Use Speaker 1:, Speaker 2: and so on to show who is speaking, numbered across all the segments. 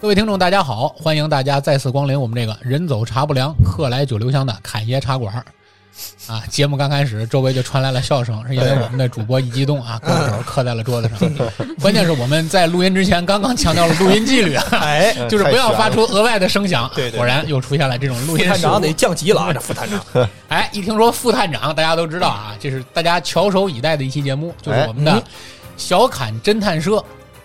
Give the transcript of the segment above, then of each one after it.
Speaker 1: 各位听众，大家好！欢迎大家再次光临我们这个“人走茶不凉，客来酒留香”的侃爷茶馆儿。啊，节目刚开始，周围就传来了笑声，是因为我们的主播一激动啊，胳膊肘磕在了桌子上。 关键是我们在录音之前刚刚强调了录音纪律，啊
Speaker 2: 哎，
Speaker 1: 就是不要发出额外的声响。
Speaker 2: 对对对
Speaker 1: 果然又出现了这种录
Speaker 2: 副
Speaker 1: 音
Speaker 2: 探
Speaker 1: 事
Speaker 2: 长
Speaker 1: 故
Speaker 2: 得降级了啊，这副探长。
Speaker 1: 哎，一听说副探长，大家都知道啊，这是大家翘首以待的一期节目，就是我们的
Speaker 2: 哎
Speaker 3: 嗯
Speaker 1: 《小侃侦探社》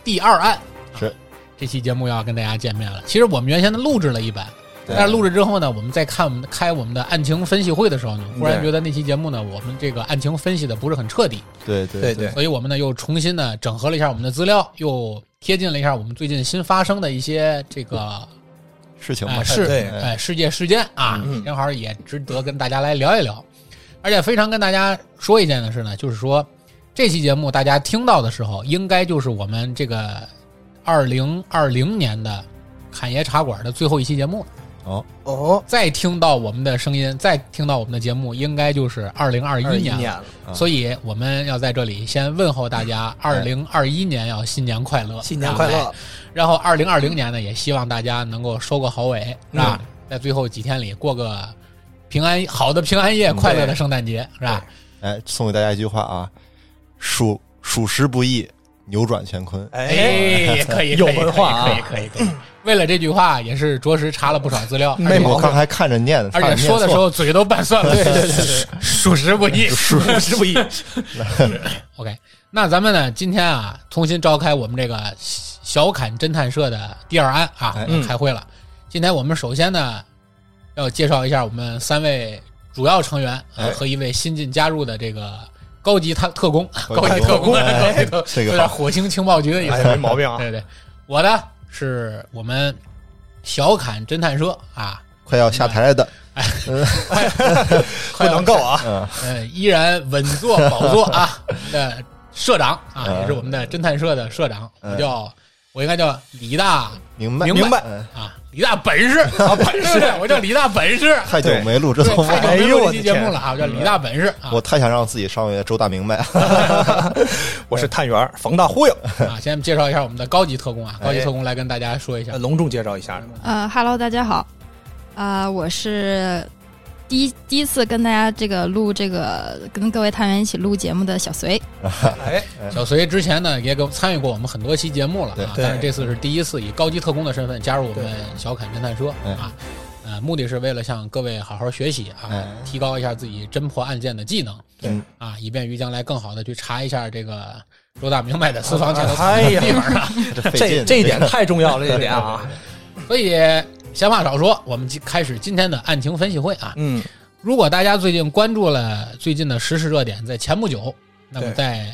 Speaker 1: 第二案。
Speaker 3: 是
Speaker 1: 啊这期节目要跟大家见面了。其实我们原先的录制了一版，
Speaker 3: 对
Speaker 1: 但是录制之后呢，我们在看我们的开我们的案情分析会的时候呢，忽然
Speaker 2: 对
Speaker 1: 觉得那期节目呢，我们这个案情分析的不是很彻底，
Speaker 3: 对
Speaker 2: 对
Speaker 3: 对
Speaker 2: 对，
Speaker 1: 所以我们呢又重新呢整合了一下我们的资料，又贴近了一下我们最近新发生的一些这个
Speaker 3: 事情
Speaker 1: 哎
Speaker 2: 啊
Speaker 3: 嘛，
Speaker 1: 是
Speaker 2: 对嗯
Speaker 1: 哎世界事件啊，正好也值得跟大家来聊一聊。而且非常跟大家说一件的是呢，就是说这期节目大家听到的时候，应该就是我们这个二零二零年的侃爷茶馆的最后一期节目了。
Speaker 3: 哦，
Speaker 2: 哦，
Speaker 1: 再听到我们的声音，再听到我们的节目，应该就是二零二
Speaker 2: 一
Speaker 1: 一年了。
Speaker 2: 了，
Speaker 3: 啊
Speaker 1: 所以我们要在这里先问候大家，二零二一年要新年快乐，
Speaker 2: 新年快
Speaker 1: 哎
Speaker 2: 乐！
Speaker 1: 然后二零二零年呢，也希望大家能够收个好尾，是
Speaker 2: 嗯
Speaker 1: 吧？在最后几天里过个平安好的平安夜，快乐的圣诞
Speaker 2: 嗯
Speaker 1: 节，是吧？
Speaker 3: 哎，送给大家一句话啊，属属实不易，扭转乾坤。
Speaker 2: 哎，
Speaker 1: 哎，可以，
Speaker 2: 有
Speaker 1: 可以
Speaker 2: 文化啊
Speaker 1: 可以，可以，可以。可以为了这句话，也是着实查了不少资 料，
Speaker 2: 没毛
Speaker 3: 哎我
Speaker 2: 病
Speaker 3: 刚才看着念，
Speaker 1: 而
Speaker 3: 差
Speaker 1: 且
Speaker 3: 点念
Speaker 1: 说的时
Speaker 3: 错
Speaker 1: 候嘴都拌蒜了，对对对，属实不易，
Speaker 2: 属实不易。
Speaker 1: OK，那咱们呢，今天啊，重新召开我们这个小侃侦探社的第二案啊
Speaker 3: 哎，
Speaker 2: 嗯
Speaker 1: 开会了。今天我们首先呢，要介绍一下我们三位主要成员、呃
Speaker 3: 哎
Speaker 1: 和一位新近加入的这个高级特特工，
Speaker 3: 高
Speaker 1: 高
Speaker 3: 级
Speaker 1: 级特
Speaker 3: 特
Speaker 1: 工，
Speaker 3: 工
Speaker 1: 高级
Speaker 3: 哎
Speaker 1: 特
Speaker 3: 这个
Speaker 1: 有点火星情报局的意思，
Speaker 2: 哎，没毛病啊。
Speaker 1: 对对。我呢是我们小侃侦探社啊，
Speaker 3: 快要下台了的，
Speaker 2: 哎不 能够啊！
Speaker 3: 嗯，
Speaker 1: 呃，依然稳坐宝座啊的社长啊，
Speaker 3: 嗯
Speaker 1: 也是我们的侦探社的社长，我
Speaker 3: 嗯
Speaker 1: 叫我应该叫李大
Speaker 3: 明白
Speaker 1: 明
Speaker 2: 明白
Speaker 3: 嗯
Speaker 1: 啊，李大本事啊，本事，我叫李大本事。
Speaker 3: 太久
Speaker 2: 对
Speaker 3: 没录这
Speaker 1: 对，
Speaker 3: 动
Speaker 1: 太
Speaker 3: 画，
Speaker 1: 久没
Speaker 2: 哎呦
Speaker 1: 录
Speaker 2: 我
Speaker 1: 这期
Speaker 2: 的
Speaker 1: 节
Speaker 2: 天
Speaker 1: 目了啊，我叫李大本事啊
Speaker 3: 我太想让自己上为周大明白。
Speaker 2: 我
Speaker 1: 哎
Speaker 2: 是探员冯大忽悠，
Speaker 1: 啊！先介绍一下我们的高级特工啊，
Speaker 2: 哎
Speaker 1: 高级特工来跟大家说一下
Speaker 2: 呃，隆重介绍一下。
Speaker 4: 呃哈喽，大家好，啊、我是第一第一次跟大家这个录这个跟各位探员一起录节目的小隋，
Speaker 2: 哎，
Speaker 1: 小隋之前呢也跟参与过我们很多期节目了
Speaker 3: 对
Speaker 1: 啊，
Speaker 2: 对
Speaker 1: 但是这次是第一次以高级特工的身份加入我们小侃侦探社
Speaker 3: 对
Speaker 1: 啊，呃，目的是为了向各位好好学习啊
Speaker 3: 哎，
Speaker 1: 提高一下自己侦破案件的技能，
Speaker 2: 对
Speaker 1: 啊，以便于将来更好的去查一下这个周大明白的私房钱的
Speaker 2: 哎呀
Speaker 1: 地方啊。
Speaker 3: 这费
Speaker 2: 这
Speaker 3: 劲，
Speaker 2: 这一点太重要了，这一 点啊。
Speaker 1: 所以闲话少说，我们今开始今天的案情分析会啊。
Speaker 2: 嗯，
Speaker 1: 如果大家最近关注了最近的时事热点，在前不久，那么
Speaker 2: 对
Speaker 1: 在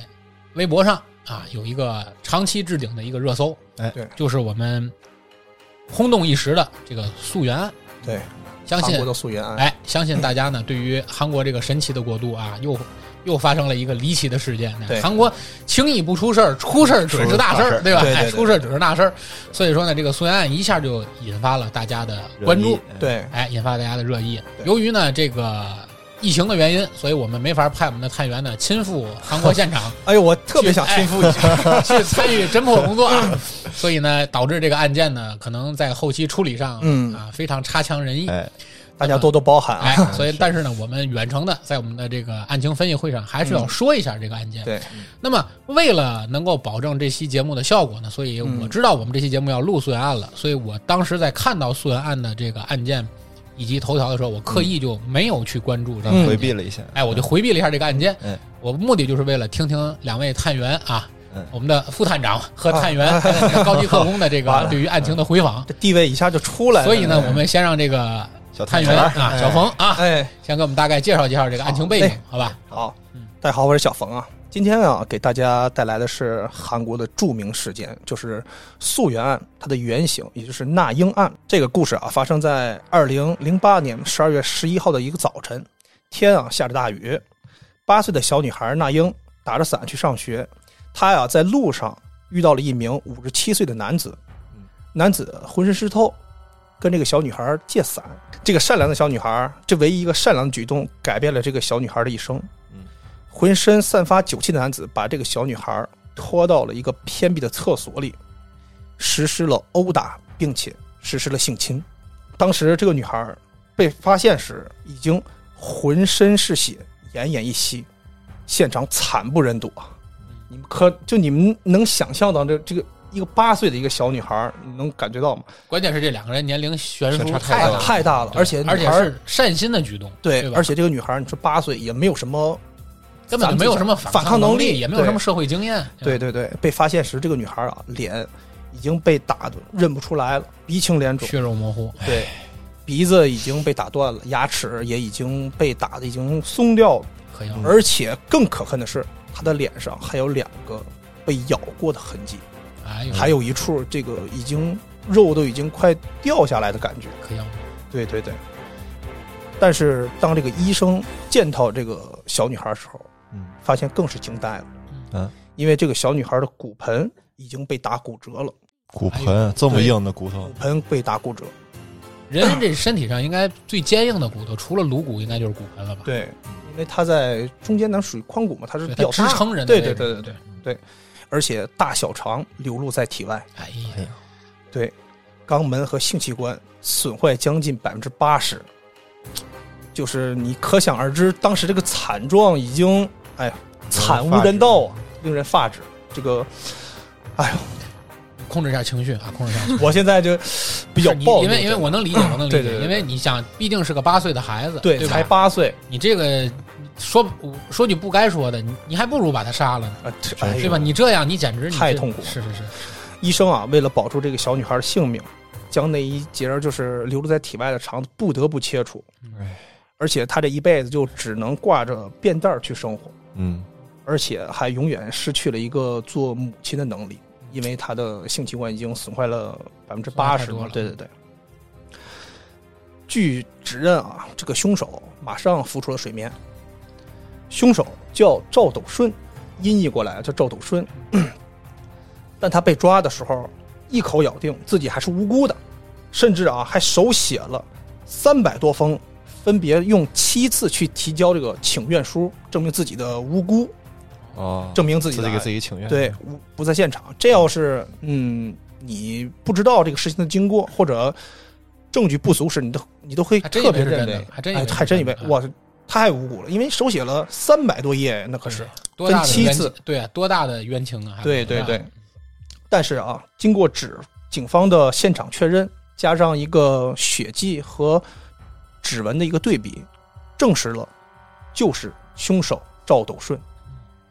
Speaker 1: 微博上啊有一个长期置顶的一个热搜，
Speaker 3: 哎
Speaker 2: 对
Speaker 1: 就是我们轰动一时的这个溯源案。
Speaker 2: 对，
Speaker 1: 相
Speaker 2: 韩
Speaker 1: 信
Speaker 2: 国的溯源啊案，
Speaker 1: 哎，相信大家呢对于韩国这个神奇的国度啊，又又发生了一个离奇的事件。
Speaker 2: 对
Speaker 1: 韩国轻易不出事儿，出事儿准是大事儿，对吧？
Speaker 2: 对对
Speaker 1: 哎，
Speaker 2: 对
Speaker 1: 出事儿准是大事儿。所以说呢，这个苏元案一下就引发了大家的关注，
Speaker 3: 人力，
Speaker 2: 对，
Speaker 1: 哎，引发大家的热议。
Speaker 2: 对
Speaker 1: 由于呢这个疫情的原因，所以我们没法派我们的探员呢亲赴韩国现场
Speaker 2: 哎呦，我 特别想亲肤一下。
Speaker 1: 去 参与侦破工作啊，所以呢导致这个案件呢可能在后期处理上，
Speaker 2: 嗯
Speaker 1: 啊非常差强人意。
Speaker 3: 哎，
Speaker 2: 大家多多包涵啊。
Speaker 1: 哎， 所以但是呢，我们远程的在我们的这个案情分析会上，还是要说一下这个案件。
Speaker 2: 嗯对，
Speaker 1: 那么为了能够保证这期节目的效果呢，所以我知道我们这期节目要录素媛案了，
Speaker 2: 嗯
Speaker 1: 所以我当时在看到素媛案的这个案件以及头条的时候，我刻意就没有去关注这个，
Speaker 2: 嗯
Speaker 3: 回避了一下，
Speaker 1: 哎，我就回避了一下这个案件。
Speaker 3: 嗯
Speaker 1: 我目的就是为了听听两位探员啊。
Speaker 3: 嗯
Speaker 1: 我们的副探长和探 员、还有这个高级特工的这
Speaker 2: 完
Speaker 1: 个
Speaker 2: 了
Speaker 1: 对于案情的回访，
Speaker 2: 这地位一下就出来了。
Speaker 1: 所以呢，我们先让这个
Speaker 3: 小
Speaker 1: 探员
Speaker 3: 员
Speaker 1: 啊，小，冯啊，
Speaker 2: 哎，
Speaker 1: 先给我们大概介绍介绍这个案情背景，好吧？
Speaker 2: 好
Speaker 1: 嗯，
Speaker 2: 大家好，我是小冯啊。今天啊，给大家带来的是韩国的著名事件，就是溯源案，它的原型也就是那英案。这个故事啊，发生在二零零八年十二月十一号的一个早晨，天啊下着大雨，八岁的小女孩那英打着伞去上学，她呀、在路上遇到了一名五十七岁的男子
Speaker 3: 嗯，
Speaker 2: 男子浑身湿透，跟这个小女孩借伞。这个善良的小女孩，这唯一一个善良的举动，改变了这个小女孩的一生。
Speaker 3: 嗯，
Speaker 2: 浑身散发酒气的男子把这个小女孩拖到了一个偏僻的厕所里，实施了殴打、并且实施了性侵。当时这个女孩被发现时已经浑身是血，奄奄一息，现场惨不忍睹啊！你们可就你们能想象到这这个一个八岁的一个小女孩，你能感觉到吗？
Speaker 1: 关键是这两个人年龄悬殊
Speaker 3: 相差
Speaker 1: 太大
Speaker 3: 太大
Speaker 1: 了，
Speaker 2: 太大了，
Speaker 1: 对
Speaker 2: 而且女
Speaker 1: 而且
Speaker 2: 孩
Speaker 1: 是善心的举动，
Speaker 2: 对，
Speaker 1: 吧
Speaker 2: 而且这个女孩你说八岁也没有什么
Speaker 1: 根本就没有什么
Speaker 2: 反
Speaker 1: 抗
Speaker 2: 抗能
Speaker 1: 力，
Speaker 2: 力
Speaker 1: 也没有什么
Speaker 2: 对
Speaker 1: 社会经验，
Speaker 2: 对
Speaker 1: 吧，
Speaker 2: 对对，被发现时，这个女孩啊，脸已经被打的认不出来了，鼻青脸肿，
Speaker 1: 血肉模糊，
Speaker 2: 对，鼻子已经被打断了，牙齿也已经被打的已经松掉了，
Speaker 1: 可以了。
Speaker 2: 而且更可恨的是，她的脸上还有两个被咬过的痕迹，
Speaker 1: 哎呦，
Speaker 2: 还有一处这个已经肉都已经快掉下来的感觉。
Speaker 1: 可以了，
Speaker 2: 对对对。但是当这个医生见到这个小女孩的时候，
Speaker 3: 嗯，
Speaker 2: 发现更是惊呆了，
Speaker 3: 嗯，
Speaker 1: 啊
Speaker 2: 因为这个小女孩的骨盆已经被打骨折了。
Speaker 3: 骨盆这么硬的骨
Speaker 1: 哦
Speaker 3: 头
Speaker 2: 骨，盆被打骨折。
Speaker 1: 人这身体上应该最坚硬的骨头，除了颅骨，应该就是骨盆了吧？
Speaker 2: 对，因为它在中间呢属于髋骨嘛，它是
Speaker 1: 对，
Speaker 2: 比
Speaker 1: 它
Speaker 2: 较
Speaker 1: 支
Speaker 2: 大的
Speaker 1: 撑人的
Speaker 2: 对
Speaker 1: 位
Speaker 2: 对
Speaker 1: 置。
Speaker 2: 对对对，
Speaker 1: 对，
Speaker 2: 而且大小肠流露在体外，
Speaker 1: 哎
Speaker 3: 哎
Speaker 1: 呀
Speaker 3: 呀，
Speaker 2: 肛门和性器官损坏将近百分之八十，就是你可想而知，当时这个惨状已经哎呀惨无人道啊，令人发指。这个，哎呦，
Speaker 1: 控制一下情绪啊，控制一下情绪。
Speaker 2: 我现在就 比较
Speaker 1: 是你
Speaker 2: 暴怒，
Speaker 1: 因为因为我能理解，我能理解，
Speaker 2: 对对对对
Speaker 1: 因为你想，毕竟是个八岁的孩子，
Speaker 2: 对
Speaker 1: 对吧
Speaker 2: 才八岁
Speaker 1: 你这个说说句不该说的，你你还不如把他杀了呢，
Speaker 2: 啊，这哎
Speaker 1: 对
Speaker 2: 呦
Speaker 1: 吧？你这样，你简直你这
Speaker 2: 太痛苦了
Speaker 1: 是是是，
Speaker 2: 医生啊，为了保住这个小女孩的性命，将那一截儿就是流落在体外的肠子不得不切除
Speaker 3: 哎。
Speaker 2: 而且她这一辈子就只能挂着便袋儿去生活，
Speaker 3: 嗯，
Speaker 2: 而且还永远失去了一个做母亲的能力，
Speaker 1: 嗯
Speaker 2: 因为她的性器官已经损坏了百分之八
Speaker 1: 损坏太
Speaker 2: 十
Speaker 1: 多了
Speaker 2: 对对对。据指认啊，这个凶手马上浮出了水面。凶手叫赵斗顺，音译过来叫赵斗顺。但他被抓的时候，一口咬定自己还是无辜的，甚至啊还手写了三百多封，分别用七次去提交这个请愿书，证明自己的无辜，
Speaker 3: 哦，
Speaker 2: 证明自己
Speaker 3: 自
Speaker 2: 的
Speaker 3: 己给自己请愿，
Speaker 2: 对，
Speaker 1: 嗯
Speaker 2: 无不在现场。这要是嗯你不知道这个事情的经过，或者证据不足时，你都你都会
Speaker 1: 还真
Speaker 2: 特
Speaker 1: 以
Speaker 2: 别
Speaker 1: 为是
Speaker 2: 认
Speaker 1: 真的，，
Speaker 2: 为
Speaker 1: 还真以
Speaker 2: 哎
Speaker 1: 为，是
Speaker 2: 还真以为
Speaker 1: 的啊
Speaker 2: 哇，太无辜了，因为手写了三百多页，那可是。
Speaker 1: 多大的
Speaker 2: 分七
Speaker 1: 冤
Speaker 2: 次
Speaker 1: 对啊，多大的冤情啊！还
Speaker 2: 对对
Speaker 1: 是吧
Speaker 2: 对，但是啊，经过指警方的现场确认，加上一个血迹和指纹的一个对比，证实了就是凶手赵斗顺。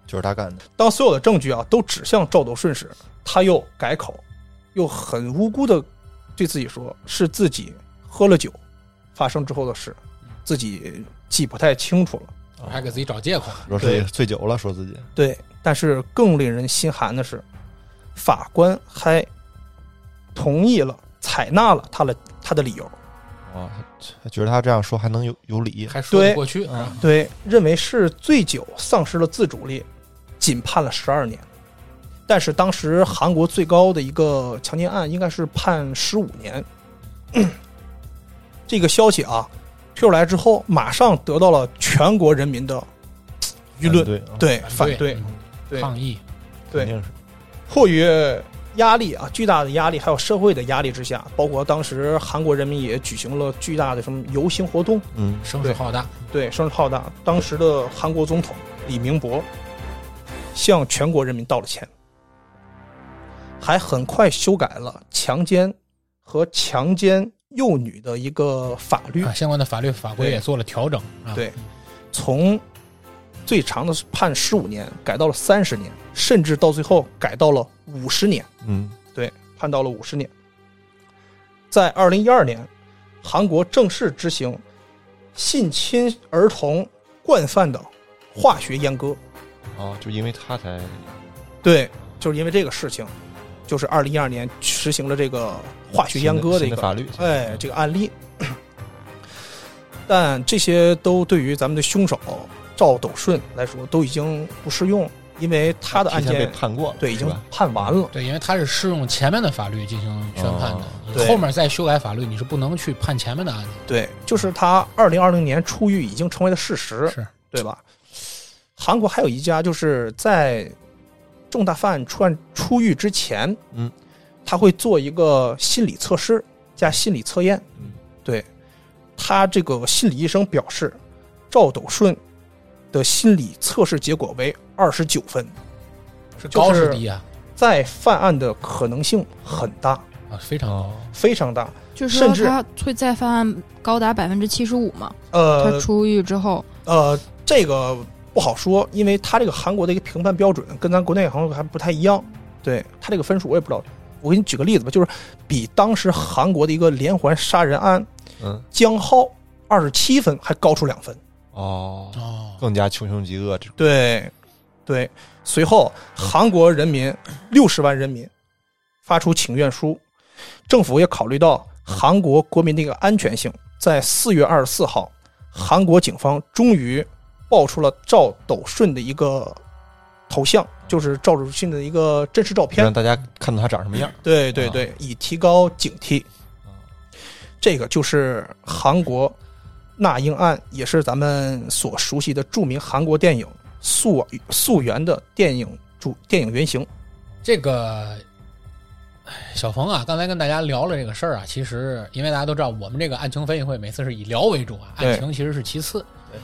Speaker 3: 就是他干的，
Speaker 2: 当所有的证据啊都指向赵斗顺时，他又改口，又很无辜的对自己说是自己喝了酒发生之后的事，自己记不太清楚了。
Speaker 1: 还给自己找借口呢。
Speaker 3: 说自己醉酒了，说自己
Speaker 2: 对，但是更令人心寒的是，法官还同意了、采纳了他的他的理由，
Speaker 3: 哦，他觉得他这样说还能有有理，
Speaker 1: 还说得
Speaker 2: 对
Speaker 1: 过去
Speaker 3: 嗯
Speaker 1: 啊，
Speaker 2: 对，认为是醉酒丧失了自主力，仅判了十二年。但是当时韩国最高的一个强奸案应该是判十五年。 这个消息啊推出来之后，马上得到了全国人民的舆论
Speaker 3: 哎对对，
Speaker 2: 对反对，
Speaker 1: 嗯
Speaker 2: 对
Speaker 1: 抗议，
Speaker 2: 对
Speaker 3: 肯定是
Speaker 2: 迫于压力啊，巨大的压力，还有社会的压力之下，包括当时韩国人民也举行了巨大的什么游行活动，
Speaker 3: 嗯，
Speaker 1: 声势浩大，
Speaker 2: 对声势浩大。当时的韩国总统李明博向全国人民道了歉，还很快修改了强奸和强奸幼女的一个法律
Speaker 1: 啊，，相关的法律法规
Speaker 2: 对
Speaker 1: 也做了调整啊。
Speaker 2: 对从最长的是判十五年改到了三十年，甚至到最后改到了五十年。
Speaker 3: 嗯，
Speaker 2: 对，判到了五十年。在二零一二年，韩国正式执行性侵儿童惯犯的化学阉割。
Speaker 3: 哦，就因为他才
Speaker 2: 对，就是因为这个事情，就是二零一二年实行了这个化学阉割的
Speaker 3: 新
Speaker 2: 一
Speaker 3: 的嗯
Speaker 2: 个
Speaker 3: 法律，
Speaker 2: 哎，这个案例。 但这些都对于咱们的凶手赵斗顺来说都已经不适用，因为他的案
Speaker 3: 提前
Speaker 2: 件
Speaker 3: 被判过了，
Speaker 2: 对已
Speaker 3: 是
Speaker 2: 经
Speaker 3: 吧
Speaker 2: 判完了。
Speaker 1: 对，因为他是适用前面的法律进行宣判的
Speaker 3: 哦，
Speaker 1: 你
Speaker 2: 对
Speaker 1: 后面再修改法律，你是不能去判前面的案子。
Speaker 2: 对，就是他二零二零年出狱已经成为了事实。
Speaker 1: 是，
Speaker 2: 对吧？韩国还有一家就是在重大犯案出案出狱之前，
Speaker 3: 嗯，
Speaker 2: 他会做一个心理测试加心理测验。
Speaker 3: 嗯，
Speaker 2: 对，他这个心理医生表示，赵斗顺的心理测试结果为二十九分，
Speaker 1: 是
Speaker 2: 就
Speaker 1: 高
Speaker 2: 是
Speaker 1: 是低啊？
Speaker 2: 在犯案的可能性很大，
Speaker 1: 啊，非常高。
Speaker 2: 非常大。
Speaker 4: 就是
Speaker 2: 甚
Speaker 4: 说
Speaker 2: 至
Speaker 4: 他会再犯案高达百分之七十五嘛？他
Speaker 2: 呃
Speaker 4: 出狱之后，
Speaker 2: 呃，这个不好说，因为他这个韩国的一个评判标准跟咱国内好像还不太一样。对他这个分数我也不知道，我给你举个例子吧，就是比当时韩国的一个连环杀人案
Speaker 3: 嗯，
Speaker 2: 江浩二十七分还高出两分。
Speaker 3: 哦，
Speaker 1: 哦，
Speaker 3: 更加穷凶极恶这种。
Speaker 2: 对，对。随后，韩国人民六十万人民发出请愿书，政府也考虑到韩国国民的一个安全性，在四月二十四号，韩国警方终于爆出了赵斗顺的一个头像，就是赵斗顺的一个真实照片
Speaker 3: 让。大家看到他长什么样。
Speaker 2: 对对对，以提高警惕。
Speaker 3: 啊
Speaker 2: 这个就是韩国那英案，也是咱们所熟悉的著名韩国电影《溯溯源》的电影主电影原型。
Speaker 1: 这个哎小冯啊，刚才跟大家聊了这个事儿啊，其实因为大家都知道，我们这个案情分析会每次是以聊为主啊，
Speaker 2: 对
Speaker 1: 案情其实是其次
Speaker 3: 对。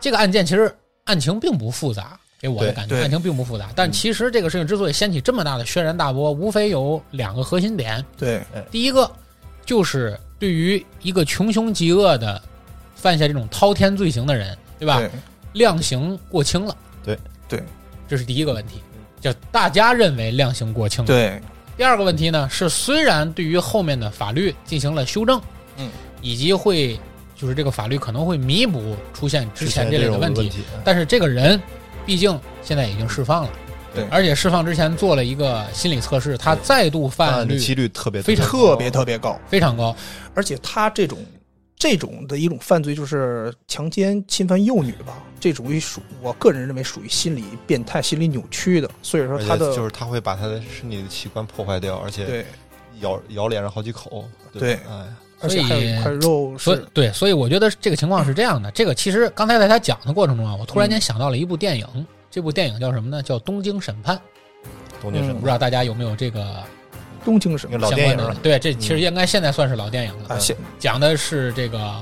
Speaker 1: 这个案件其实案情并不复杂，给我的
Speaker 3: 对
Speaker 1: 感觉，
Speaker 2: 对
Speaker 1: 案情并不复杂。但其实这个事情之所以掀起这么大的轩然大波，无非有两个核心点。
Speaker 2: 对
Speaker 1: 第一个就是对于一个穷凶极恶的犯下这种滔天罪行的人，对吧？
Speaker 2: 对
Speaker 1: 量刑过轻了。
Speaker 3: 对
Speaker 2: 对，
Speaker 1: 这是第一个问题，就大家认为量刑过轻了。
Speaker 2: 对
Speaker 1: 第二个问题呢是，虽然对于后面的法律进行了修正，
Speaker 2: 嗯，
Speaker 1: 以及会就是这个法律可能会弥补出现之
Speaker 3: 之前
Speaker 1: 前这类
Speaker 3: 种
Speaker 1: 的问题，
Speaker 3: 题，
Speaker 1: 但是这个人毕竟现在已经释放了，
Speaker 2: 对
Speaker 1: 而且释放之前做了一个心理测试，他
Speaker 3: 对
Speaker 1: 再度犯
Speaker 3: 犯
Speaker 1: 案
Speaker 3: 案的
Speaker 1: 率
Speaker 3: 几率特别
Speaker 1: 非常
Speaker 2: 特别特别高，
Speaker 1: 非常高，
Speaker 2: 而且他这种。这种的一种犯罪就是强奸、侵犯幼女吧，这种于属我个人认为属于心理变态、心理扭曲的，所以说
Speaker 3: 而且
Speaker 2: 他的
Speaker 3: 就是他会把他的身体的器官破坏掉，而且
Speaker 2: 对，
Speaker 3: 咬咬脸上好几口。
Speaker 2: 对
Speaker 3: 吧哎，
Speaker 2: 而且还有一块肉
Speaker 1: 所以
Speaker 2: 是
Speaker 1: 对，所以我觉得这个情况是这样的。这个其实刚才在他讲的过程中啊，我突然
Speaker 3: 嗯
Speaker 1: 间想到了一部电影，这部电影叫什么呢？叫《东京审判》，
Speaker 3: 东京
Speaker 2: 嗯
Speaker 3: 什
Speaker 1: 不
Speaker 3: 么
Speaker 1: 知道大家有没有这个
Speaker 2: 东京什
Speaker 3: 那个
Speaker 2: 么
Speaker 3: 老
Speaker 1: 相
Speaker 3: 电
Speaker 1: 关
Speaker 3: 影
Speaker 1: 的
Speaker 3: 了？嗯哎
Speaker 1: 对，这其实应该现在算是老电影了。
Speaker 2: 啊，现
Speaker 1: 讲的是这个，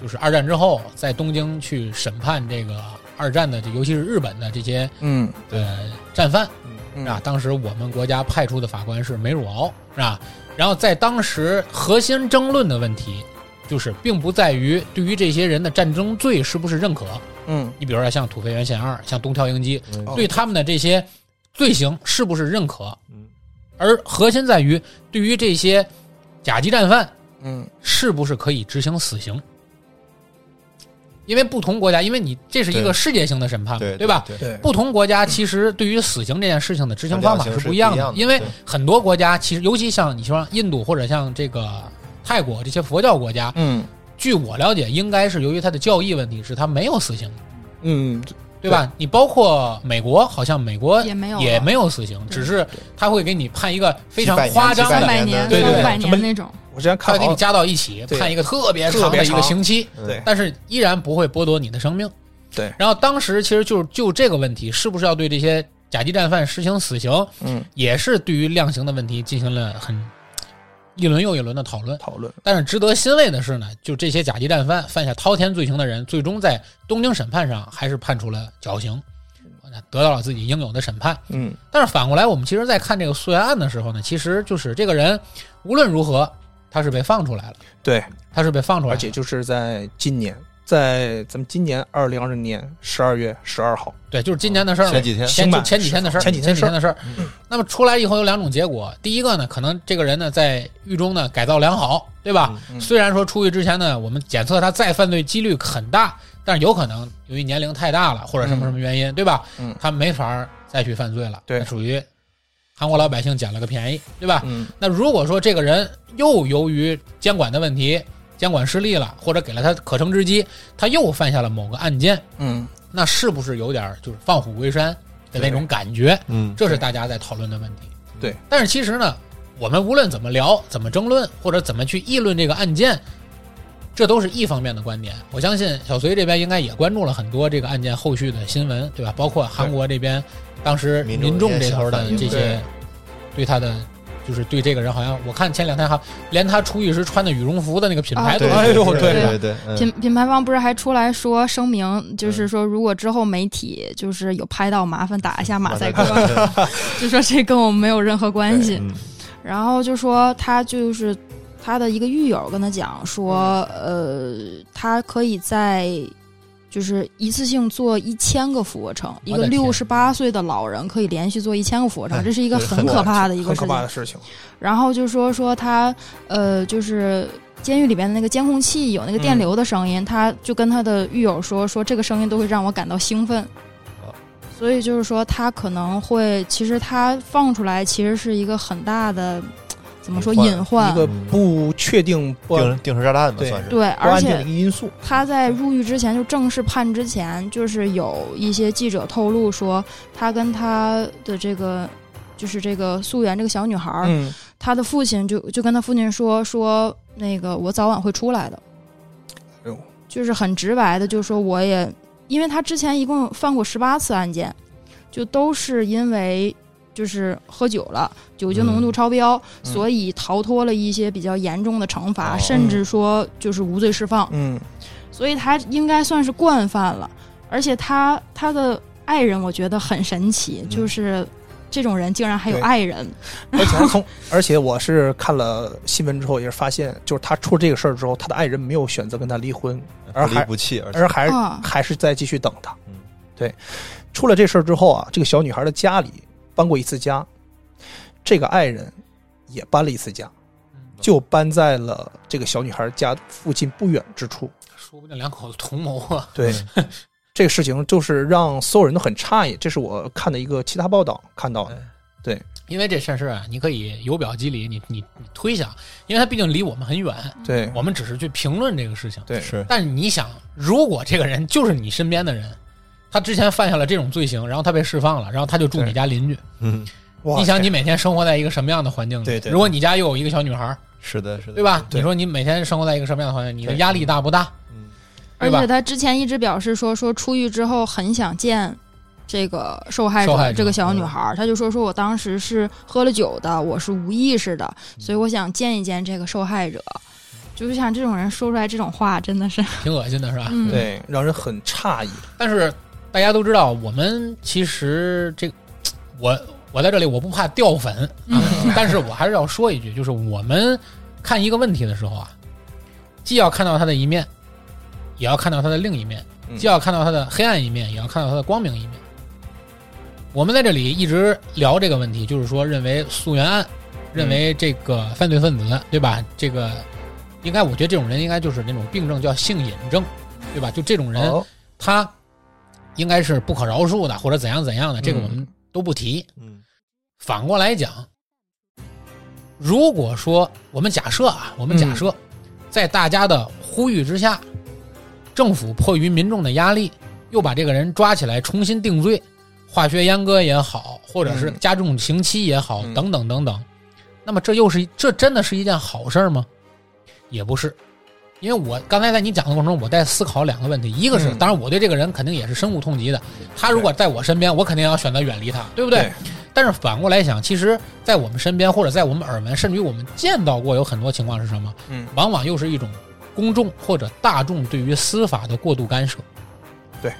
Speaker 1: 就是二战之后在东京去审判这个二战的，这尤其是日本的这些
Speaker 2: 嗯
Speaker 1: 呃战犯
Speaker 2: 嗯
Speaker 1: 啊。当时我们国家派出的法官是梅汝敖，是吧？然后在当时核心争论的问题，就是并不在于对于这些人的战争罪是不是认可。
Speaker 2: 嗯
Speaker 1: 你比如说像土肥原贤二、像东条英机，
Speaker 3: 嗯
Speaker 2: 哦
Speaker 1: 对他们的这些罪行是不是认可？
Speaker 3: 嗯
Speaker 1: 而核心在于对于这些甲级战犯
Speaker 2: 嗯
Speaker 1: 是不是可以执行死刑？因为不同国家，因为你这是一个
Speaker 3: 对
Speaker 1: 世界性的审判嘛，
Speaker 3: 对
Speaker 1: 吧？？
Speaker 3: 对
Speaker 2: 对
Speaker 1: 不同国家其实对于死刑这件事情的执行方法
Speaker 3: 它量刑
Speaker 1: 不
Speaker 3: 是
Speaker 1: 一样
Speaker 3: 不一
Speaker 1: 的
Speaker 3: 样，的
Speaker 1: 因为
Speaker 3: 对
Speaker 1: 很多国家其实，尤其像你说印度或者像这个泰国这些佛教国家，
Speaker 2: 嗯
Speaker 1: 据我了解，应该是由于它的教义问题，是它没有死刑的，
Speaker 2: 嗯
Speaker 1: 对吧？你包括美国，好像美国
Speaker 4: 也没有了
Speaker 1: 呃也没有死刑，只是他会给你判一个非常
Speaker 3: 几百年
Speaker 1: 夸张
Speaker 3: 几
Speaker 4: 三
Speaker 1: 的，
Speaker 4: 百
Speaker 3: 年
Speaker 4: 年、
Speaker 3: 的
Speaker 1: 对对对
Speaker 4: 两百
Speaker 2: 什么
Speaker 4: 年那种，
Speaker 2: 我之前
Speaker 1: 他
Speaker 2: 看
Speaker 1: 会给
Speaker 2: 好
Speaker 1: 你加到一起，
Speaker 2: 对
Speaker 1: 判一个特别
Speaker 2: 特
Speaker 1: 长
Speaker 2: 别
Speaker 1: 的一个
Speaker 2: 长
Speaker 1: 刑期。
Speaker 2: 对
Speaker 1: 但是依然不会剥夺你的生命。
Speaker 2: 对
Speaker 1: 然后当时其实就是就这个问题，是不是要对这些甲级战犯实行死刑，
Speaker 2: 嗯
Speaker 1: 也是对于量刑的问题进行了很一轮又一轮的讨论。
Speaker 2: 讨论，
Speaker 1: 但是值得欣慰的是呢，就这些甲级战犯犯下滔天罪行的人，最终在东京审判上还是判处了绞刑，得到了自己应有的审判。
Speaker 2: 嗯
Speaker 1: 但是反过来，我们其实在看这个溯源案的时候呢，其实就是这个人无论如何他是被放出来了，
Speaker 2: 对，
Speaker 1: 他是被放出来
Speaker 2: 而
Speaker 1: 了，
Speaker 2: 且就是在今年，在咱们今年二零二零年十二月十二号，
Speaker 1: 对，就是今年的事儿嘛。
Speaker 3: 前几天
Speaker 1: 前
Speaker 2: 刑
Speaker 1: 就
Speaker 2: 满
Speaker 1: 前几天的事儿，
Speaker 2: 前几
Speaker 1: 天
Speaker 2: 天事儿嗯
Speaker 1: 的事儿。那么出来以后有两种结果，第一个呢，可能这个人呢在狱中呢改造良好，对吧？
Speaker 2: 嗯
Speaker 1: 虽然说出狱之前呢，我们检测他再犯罪几率很大，但是有可能由于年龄太大了或者什么什么原因，对吧？
Speaker 2: 嗯
Speaker 1: 他没法儿再去犯罪了，
Speaker 2: 对
Speaker 1: 那属于韩国老百姓捡了个便宜，对吧？
Speaker 2: 嗯
Speaker 1: 那如果说这个人又由于监管的问题，监管失利了，或者给了他可乘之机，他又犯下了某个案件，
Speaker 2: 嗯
Speaker 1: 那是不是有点儿就是放虎归山的那种感觉？
Speaker 3: 嗯，
Speaker 1: 这是大家在讨论的问题。
Speaker 2: 对，
Speaker 1: 但是其实呢，我们无论怎么聊、怎么争论，或者怎么去议论这个案件，这都是一方面的观点。我相信小隋这边应该也关注了很多这个案件后续的新闻，对吧？包括韩国这边当时
Speaker 3: 民
Speaker 1: 民众
Speaker 3: 众
Speaker 1: 这
Speaker 3: 也
Speaker 1: 头
Speaker 3: 想
Speaker 1: 的
Speaker 3: 反映
Speaker 1: 这些
Speaker 2: 对
Speaker 1: 对他的就是对这个人好像，我看前两天哈，连他出狱时穿的羽绒服的那个品牌都
Speaker 4: 啊
Speaker 3: 对，
Speaker 1: 有，
Speaker 2: 哎呦
Speaker 3: 对
Speaker 2: 对
Speaker 3: 对对，嗯
Speaker 4: 品品牌方不是还出来说声明，就是说如果之后媒体就是有拍到，麻烦打一下马赛克，
Speaker 3: 克，
Speaker 4: 就说这跟我们没有任何关系。
Speaker 3: 嗯
Speaker 4: 然后就说他就是他的一个狱友跟他讲说，呃，他可以在就是一次性做一千个俯卧撑，一
Speaker 1: 我
Speaker 4: 个
Speaker 1: 的天
Speaker 4: 六十八岁的老人可以连续做一千个俯卧撑，
Speaker 3: 哎
Speaker 4: 这是一个
Speaker 3: 这是
Speaker 4: 很
Speaker 3: 很
Speaker 4: 可怕的一个
Speaker 2: 很
Speaker 4: 事
Speaker 2: 可
Speaker 4: 情
Speaker 2: 怕。的事情。
Speaker 4: 然后就说说他呃，就是监狱里边的那个监控器有那个电流的声音，他就跟他的狱友说说这个声音都会让我感到兴奋
Speaker 3: 哦。
Speaker 4: 所以就是说，他可能会，其实他放出来其实是一个很大的，怎么说
Speaker 3: 隐患
Speaker 4: 隐患
Speaker 2: 一？个不确定不
Speaker 3: 定时定时炸弹吧，
Speaker 2: 对
Speaker 3: 算是
Speaker 4: 对，
Speaker 2: 不
Speaker 4: 而
Speaker 2: 安定的一
Speaker 4: 且
Speaker 2: 个因素。
Speaker 4: 他在入狱之前，就正式判之前，就是有一些记者透露说，他跟他的这个，就是这个素媛这个小女孩儿，
Speaker 2: 嗯，
Speaker 4: 他的父亲就就跟他父亲说说那个我早晚会出来的，
Speaker 2: 哎呦
Speaker 4: 就是很直白的就说我也，因为他之前一共犯过十八次案件，就都是因为就是喝酒了，酒精浓度超标，
Speaker 2: 嗯
Speaker 4: 所以逃脱了一些比较严重的惩罚，
Speaker 3: 哦
Speaker 4: 甚至说就是无罪释放，
Speaker 2: 嗯，
Speaker 4: 所以他应该算是惯犯了。而且他他的爱人我觉得很神奇，
Speaker 3: 嗯
Speaker 4: 就是这种人竟然还有
Speaker 2: 对
Speaker 4: 爱人，
Speaker 2: 而且还从， 而且我是看了新闻之后，也是发现，就是他出这个事儿之后，他的爱人没有选择跟他离婚，而
Speaker 3: 不离
Speaker 2: 还
Speaker 3: 不弃，而且
Speaker 2: 而还是、
Speaker 4: 啊
Speaker 2: 还是在继续等他
Speaker 3: 嗯。
Speaker 2: 对，出了这事儿之后啊，这个小女孩的家里搬过一次家，这个爱人也搬了一次家，
Speaker 1: 嗯
Speaker 2: 就搬在了这个小女孩家附近不远之处。
Speaker 1: 说不定两口子同谋啊，
Speaker 2: 对，
Speaker 3: 嗯
Speaker 2: 这个事情就是让所有人都很诧异，这是我看的一个其他报道看到
Speaker 1: 哎
Speaker 2: 的。
Speaker 1: 因为这事儿啊，你可以由表及里，你你你推想，因为他毕竟离我们很远，
Speaker 2: 对
Speaker 1: 我们只是去评论这个事情。
Speaker 2: 对，
Speaker 3: 是
Speaker 1: 但你想，如果这个人就是你身边的人，他之前犯下了这种罪行，然后他被释放了，然后他就住你
Speaker 2: 对
Speaker 1: 家邻居，
Speaker 3: 嗯
Speaker 2: 哇
Speaker 1: 你想你每天生活在一个什么样的环境里？
Speaker 3: 对对
Speaker 1: 如果你家又有一个小女孩，
Speaker 3: 是的是的，
Speaker 1: 对？吧？
Speaker 2: 对
Speaker 1: 你说你每天生活在一个什么样的环境？你的
Speaker 2: 对
Speaker 1: 压力大不大？
Speaker 3: 嗯
Speaker 1: 对
Speaker 4: 而
Speaker 1: 吧
Speaker 4: 且他之前一直表示说，说出狱之后很想见这个受害者，
Speaker 1: 受害者
Speaker 4: 这个小女孩儿，他就说说我当时是喝了酒的，我是无意识的，所以我想见一见这个受害者。就是像这种人说出来这种话，真的是，
Speaker 1: 挺恶心的，是吧？
Speaker 4: 嗯，
Speaker 2: 对，让人很诧异。
Speaker 1: 但是大家都知道，我们其实这个，我我在这里我不怕掉粉啊， 但是我还是要说一句，就是我们看一个问题的时候啊，既要看到它的一面，也要看到它的另一面，
Speaker 2: 嗯
Speaker 1: 既要看到它的黑暗一面，也要看到它的光明一面。我们在这里一直聊这个问题，就是说认为溯源案，认为
Speaker 2: 嗯
Speaker 1: 这个犯罪分子，对吧？这个应该，我觉得这种人应该就是那种病症，叫性瘾症，对吧？就这种人，
Speaker 2: 哦，
Speaker 1: 他应该是不可饶恕的，或者怎样怎样的，啊这个
Speaker 2: 嗯
Speaker 1: 我们都不提。
Speaker 3: 嗯
Speaker 1: 反过来讲，如果说我们假设啊，我们假
Speaker 2: 嗯
Speaker 1: 设、在大家的呼吁之下，政府迫于民众的压力，又把这个人抓起来重新定罪，化学阉割也好，或者是
Speaker 2: 嗯
Speaker 1: 加重刑期也好，
Speaker 2: 嗯
Speaker 1: 等等等等，那么这又是这真的是一件好事儿吗？也不是。因为我刚才在你讲的过程中，我在思考两个问题，一个是，
Speaker 2: 嗯
Speaker 1: 当然我对这个人肯定也是深恶痛疾的，他如果在我身边，我肯定要选择远离他，对不对？
Speaker 2: 对
Speaker 1: 但是反过来想，其实，在我们身边或者在我们耳闻，甚至于我们见到过有很多情况是什么？
Speaker 2: 嗯，
Speaker 1: 往往又是一种公众或者大众对于司法的过度干涉。
Speaker 2: 对，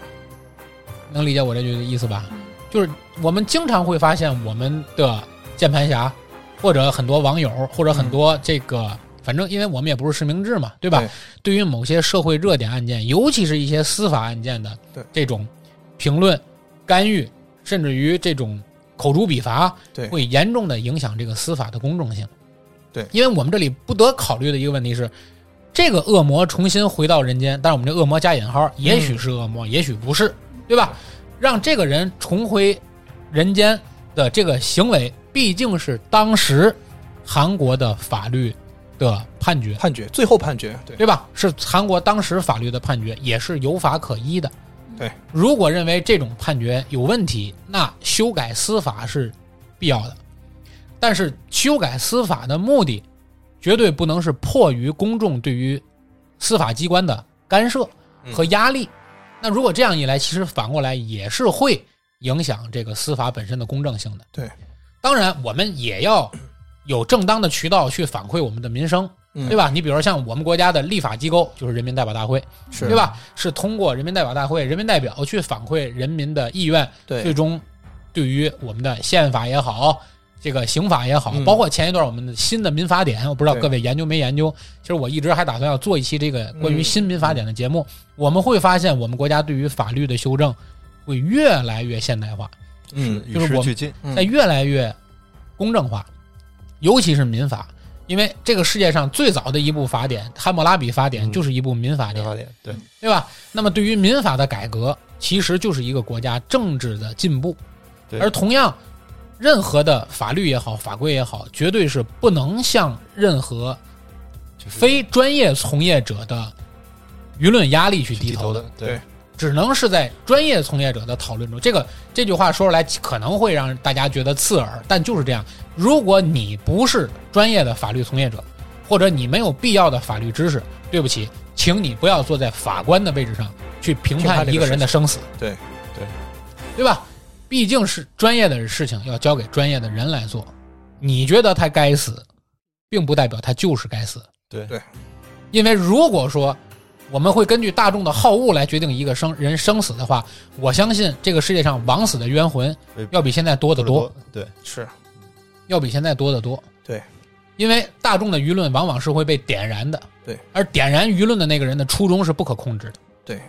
Speaker 1: 能理解我这句意思吧？就是我们经常会发现，我们的键盘侠，或者很多网友，或者很多这个，反正因为我们也不是实名制嘛，对吧？
Speaker 2: 对
Speaker 1: 对于某些社会热点案件，尤其是一些司法案件的
Speaker 2: 对
Speaker 1: 这种评论、干预，甚至于这种口诛笔伐，
Speaker 2: 对
Speaker 1: 会严重的影响这个司法的公正性。
Speaker 2: 对
Speaker 1: 因为我们这里不得考虑的一个问题是，这个恶魔重新回到人间，但是我们这恶魔加引号，也许是恶魔，
Speaker 2: 嗯
Speaker 1: 也许不是，对吧？让这个人重回人间的这个行为，毕竟是当时韩国的法律的判决，
Speaker 2: 判决最后判决，对
Speaker 1: 对吧？是韩国当时法律的判决，也是有法可依的。
Speaker 2: 对，
Speaker 1: 如果认为这种判决有问题，那修改司法是必要的。但是修改司法的目的，绝对不能是迫于公众对于司法机关的干涉
Speaker 2: 嗯
Speaker 1: 和压力。那如果这样一来，其实反过来也是会影响这个司法本身的公正性的。
Speaker 2: 对，
Speaker 1: 当然我们也要有正当的渠道去反馈我们的民生，
Speaker 2: 嗯
Speaker 1: 对吧？你比如说像我们国家的立法机构就是人民代表大会，
Speaker 2: 是
Speaker 1: 对？吧？是通过人民代表大会、人民代表去反馈人民的意愿，最
Speaker 2: 对，
Speaker 1: 终对于我们的宪法也好，这个刑法也好，
Speaker 2: 嗯
Speaker 1: 包括前一段我们的新的民法典，我不知道
Speaker 2: 对
Speaker 1: 各位研究没研究。其实我一直还打算要做一期这个关于
Speaker 2: 嗯
Speaker 1: 新民法典的节目。我们会发现，我们国家对于法律的修正会越来越现代化，
Speaker 2: 嗯
Speaker 3: 与
Speaker 1: 就是
Speaker 3: 时
Speaker 1: 我
Speaker 3: 俱进，
Speaker 2: 嗯
Speaker 1: 在越来越公正化，尤其是民法。因为这个世界上最早的一部法典《汉谟拉比法典》
Speaker 3: 嗯
Speaker 1: 就是一部民法典
Speaker 3: 民，法典对，
Speaker 1: 对吧？那么对于民法的改革，其实就是一个国家政治的进步。
Speaker 3: 对
Speaker 1: 而同样，任何的法律也好，法规也好，绝对是不能向任何
Speaker 3: 就是
Speaker 1: 非专业从业者的舆论压力去低
Speaker 3: 低
Speaker 1: 头
Speaker 3: 头
Speaker 1: 的
Speaker 3: 的，，对，
Speaker 1: 只能是在专业从业者的讨论中。这个这句话说出来可能会让大家觉得刺耳，但就是这样。如果你不是专业的法律从业者，或者你没有必要的法律知识，对不起，请你不要坐在法官的位置上去评
Speaker 2: 评判
Speaker 1: 判
Speaker 2: 这
Speaker 1: 一
Speaker 2: 个
Speaker 1: 个人的生死。
Speaker 2: 对
Speaker 3: 对，
Speaker 1: 对吧？毕竟是专业的事情，要交给专业的人来做。你觉得他该死，并不代表他就是该死。
Speaker 3: 对
Speaker 2: 对
Speaker 1: 因为如果说我们会根据大众的好恶来决定一个生人生死的话，我相信这个世界上枉死的冤魂
Speaker 3: 对
Speaker 1: 要比现在多得多，，
Speaker 3: 对，
Speaker 2: 是
Speaker 1: 要比现在多得多。
Speaker 2: 对，
Speaker 1: 因为大众的舆论往往是会被点燃的，
Speaker 2: 对，
Speaker 1: 而点燃舆论的那个人的初衷是不可控制的，
Speaker 2: 对，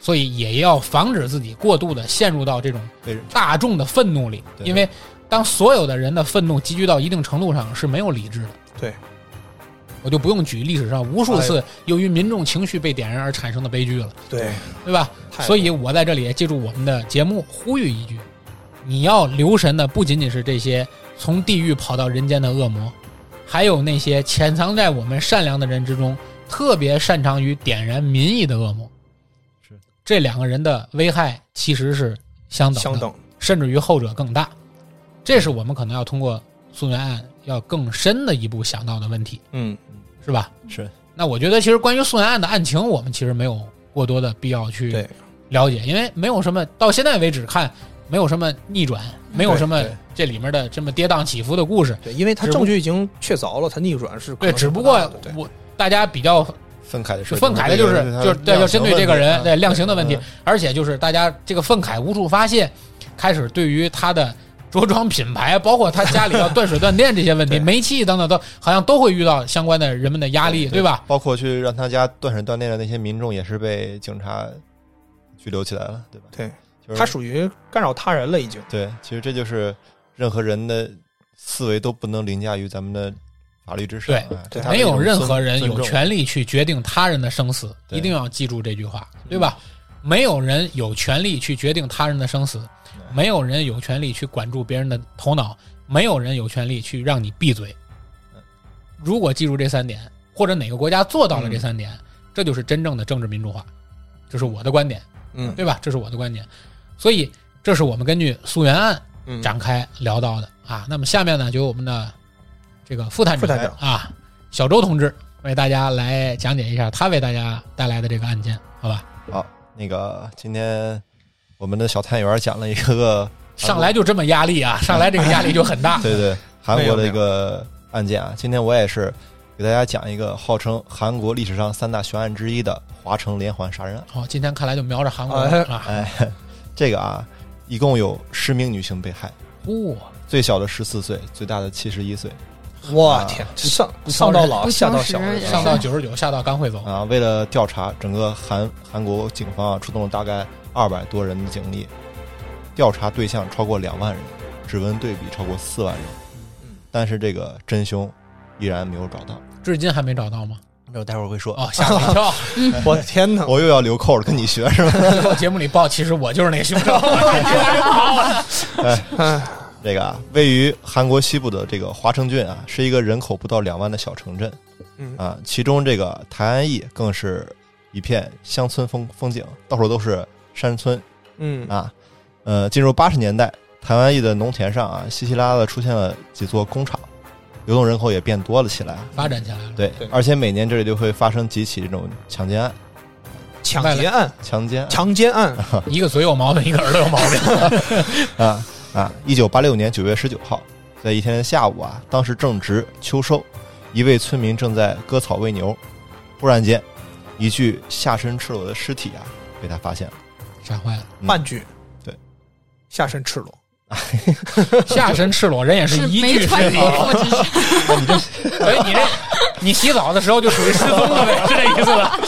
Speaker 1: 所以也要防止自己过度的陷入到这种
Speaker 3: 被人
Speaker 1: 大众的愤怒里，
Speaker 3: 对
Speaker 1: 因为当所有的人的愤怒积聚到一定程度上是没有理智的。
Speaker 2: 对，
Speaker 1: 我就不用举历史上无数
Speaker 2: 哎
Speaker 1: 次由于民众情绪被点燃而产生的悲剧了，
Speaker 2: 对，
Speaker 1: 对吧？
Speaker 2: 太
Speaker 1: 所以我在这里也借助我们的节目呼吁一句：你要留神的不仅仅是这些从地狱跑到人间的恶魔，还有那些潜藏在我们善良的人之中，特别擅长于点燃民意的恶魔。
Speaker 3: 是
Speaker 1: 这两个人的危害其实是相等的，
Speaker 2: 相等，
Speaker 1: 甚至于后者更大。这是我们可能要通过溯源案要更深的一步想到的问题，
Speaker 2: 嗯，
Speaker 1: 是吧？
Speaker 3: 是
Speaker 1: 那我觉得其实关于溯源案的案情，我们其实没有过多的必要去
Speaker 2: 对
Speaker 1: 了解，因为没有什么到现在为止看没有什么逆转，没有什么
Speaker 3: 对
Speaker 1: 这里面的这么跌宕起伏的故事。
Speaker 2: 对，因为他
Speaker 1: 只不
Speaker 2: 证据已经确凿了，他逆转是可
Speaker 1: 对，
Speaker 2: 能是
Speaker 1: 只不
Speaker 2: 大
Speaker 1: 过
Speaker 2: 的对
Speaker 1: 我大家比较
Speaker 3: 愤慨的
Speaker 1: 是
Speaker 3: 事，
Speaker 1: 愤慨的，就是就是对，要针对这个人对量刑的问题，而且就是大家这个愤慨无处发泄，开始对于他的着装品牌，包括他家里要断水断电这些问题，
Speaker 2: 对
Speaker 1: 煤气等等都好像都会遇到相关的人们的压力，对吧？？
Speaker 3: 包括去让他家断水断电的那些民众，也是被警察拘留起来了，对吧？
Speaker 2: 对，
Speaker 3: 就是
Speaker 2: 他属于干扰他人了，已经。
Speaker 3: 对，其实这就是任何人的思维都不能凌驾于咱们的法律之上，
Speaker 1: 对
Speaker 3: 哎
Speaker 2: 对
Speaker 3: 他们
Speaker 1: 没
Speaker 3: 一种
Speaker 1: 有任
Speaker 3: 尊
Speaker 1: 何人有
Speaker 3: 尊重
Speaker 1: 权利去决定他人的生死，
Speaker 3: 对嗯
Speaker 1: 一定要记住这句话，对吧？没有人有权利去决定他人的生死，没有人有权利去管住别人的头脑，没有人有权利去让你闭嘴
Speaker 3: 嗯。
Speaker 1: 如果记住这三点，或者哪个国家做到了
Speaker 3: 嗯
Speaker 1: 这三点，这就是真正的政治民主化，这是我的观点，
Speaker 2: 嗯
Speaker 1: 对吧？这是我的观点，所以这是我们根据溯源案
Speaker 2: 嗯
Speaker 1: 展开聊到的啊。那么下面呢，就由我们的这个副探
Speaker 2: 副
Speaker 1: 长
Speaker 2: 探长
Speaker 1: 啊，小周同志为大家来讲解一下他为大家带来的这个案件，好吧？
Speaker 3: 好，那个今天我们的小探员讲了一个
Speaker 1: 上来就这么压力啊，上来这个压力就很 大。
Speaker 3: 对对，韩
Speaker 2: 没
Speaker 3: 国
Speaker 2: 有
Speaker 3: 的
Speaker 2: 没
Speaker 3: 一
Speaker 2: 有
Speaker 3: 个案件啊。今天我也是给大家讲一个号称韩国历史上三大悬案之一的华城连环杀人案。
Speaker 1: 哦好，今天看来就瞄着韩国了啊！
Speaker 3: 哎，这个啊，一共有十名女性被害，
Speaker 1: 呼，
Speaker 3: 最小的十四岁，最大的七十一岁
Speaker 2: 我
Speaker 3: 啊
Speaker 2: 天，上
Speaker 1: 不
Speaker 2: 上
Speaker 1: 挑
Speaker 2: 到
Speaker 1: 人
Speaker 2: 老，
Speaker 4: 不
Speaker 2: 下
Speaker 4: 挑
Speaker 2: 到
Speaker 4: 食
Speaker 2: 小，
Speaker 4: 也
Speaker 1: 上 到九十九，下到刚会走。
Speaker 3: 啊。为了调查，整个韩韩国警方啊出动了大概二百多人的警力，调查对象超过两万人，指纹对比超过四万人，但是这个真凶依然没有找到。
Speaker 1: 至今还没找到吗？
Speaker 3: 那我待会儿会说，
Speaker 1: 哦，吓我一跳！
Speaker 2: 我的天哪！
Speaker 3: 我又要留扣了，跟你学是吧？
Speaker 1: 最后节目里报，其实我就是那个凶手。
Speaker 2: 哎，
Speaker 3: 这个啊，位于韩国西部的这个华城郡啊，是一个人口不到两万的小城镇
Speaker 2: 嗯
Speaker 3: 啊。其中这个台安驿更是一片乡村风风景，到处都是山村
Speaker 2: 嗯
Speaker 3: 啊。呃，进入八十年代，台湾驿的农田上啊，稀稀拉拉的出现了几座工厂，流动人口也变多了起来。
Speaker 1: 发展起来了，
Speaker 3: 对，
Speaker 2: 对
Speaker 3: 而且每年这里就会发生几起这种强奸案、
Speaker 2: 抢劫案、
Speaker 3: 强奸案
Speaker 2: 强奸案，
Speaker 1: 一个嘴有毛病，一个耳朵有毛病。
Speaker 3: 啊啊！一九八六年九月十九号，在一天下午啊，当时正值秋收，一位村民正在割草喂牛，忽然间，一具下身赤裸的尸体啊被他发现了。
Speaker 1: 吓坏了，
Speaker 3: 嗯
Speaker 2: 半句，
Speaker 3: 对，
Speaker 2: 下身赤裸，
Speaker 1: 下身赤裸，人也
Speaker 4: 是
Speaker 1: 一
Speaker 4: 没
Speaker 1: 具
Speaker 4: 穿
Speaker 1: 身
Speaker 4: 衣
Speaker 1: 体，
Speaker 4: 服，只是
Speaker 1: 所以哎你这你洗澡的时候就属于失踪了呗，是这意思吧？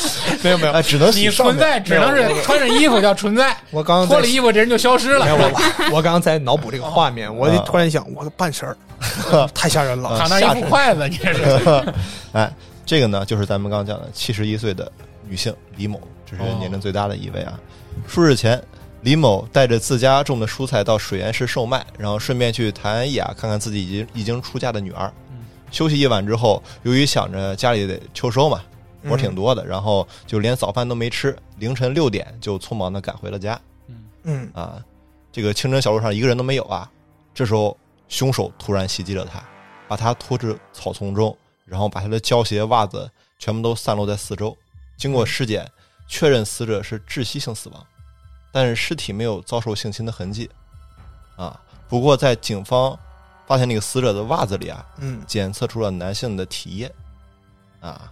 Speaker 2: 没有没有，
Speaker 3: 哎，只能
Speaker 1: 你
Speaker 3: 洗上
Speaker 1: 存
Speaker 3: 面。
Speaker 1: 在只能
Speaker 2: 没有没
Speaker 1: 是穿着衣服叫存在，
Speaker 2: 我刚刚
Speaker 1: 脱
Speaker 2: 在
Speaker 1: 了衣服这人就消失
Speaker 2: 没
Speaker 1: 了
Speaker 2: 有，我我刚刚在脑补这个画面，我就突然想，我的半身儿太吓人了，嗯
Speaker 1: 躺那儿一副筷子，你这是
Speaker 3: 哎，这个呢，就是咱们刚刚讲的七十一岁的女性李某，这是年龄最大的一位啊。数日前，李某带着自家种的蔬菜到水源市售卖，然后顺便去台安驿啊看看自己已经已经出嫁的女儿
Speaker 1: 嗯。
Speaker 3: 休息一晚之后，由于想着家里得秋收嘛，活儿
Speaker 2: 嗯
Speaker 3: 挺多的，然后就连早饭都没吃，凌晨六点就匆忙的赶回了家
Speaker 2: 嗯，
Speaker 3: 啊。这个清真小路上一个人都没有啊。这时候，凶手突然袭击了他，把他拖至草丛中，然后把他的胶鞋、袜子全部都散落在四周。经过尸检，确认死者是窒息性死亡，但是尸体没有遭受性侵的痕迹啊。不过，在警方发现那个死者的袜子里啊，
Speaker 2: 嗯
Speaker 3: 检测出了男性的体液，啊，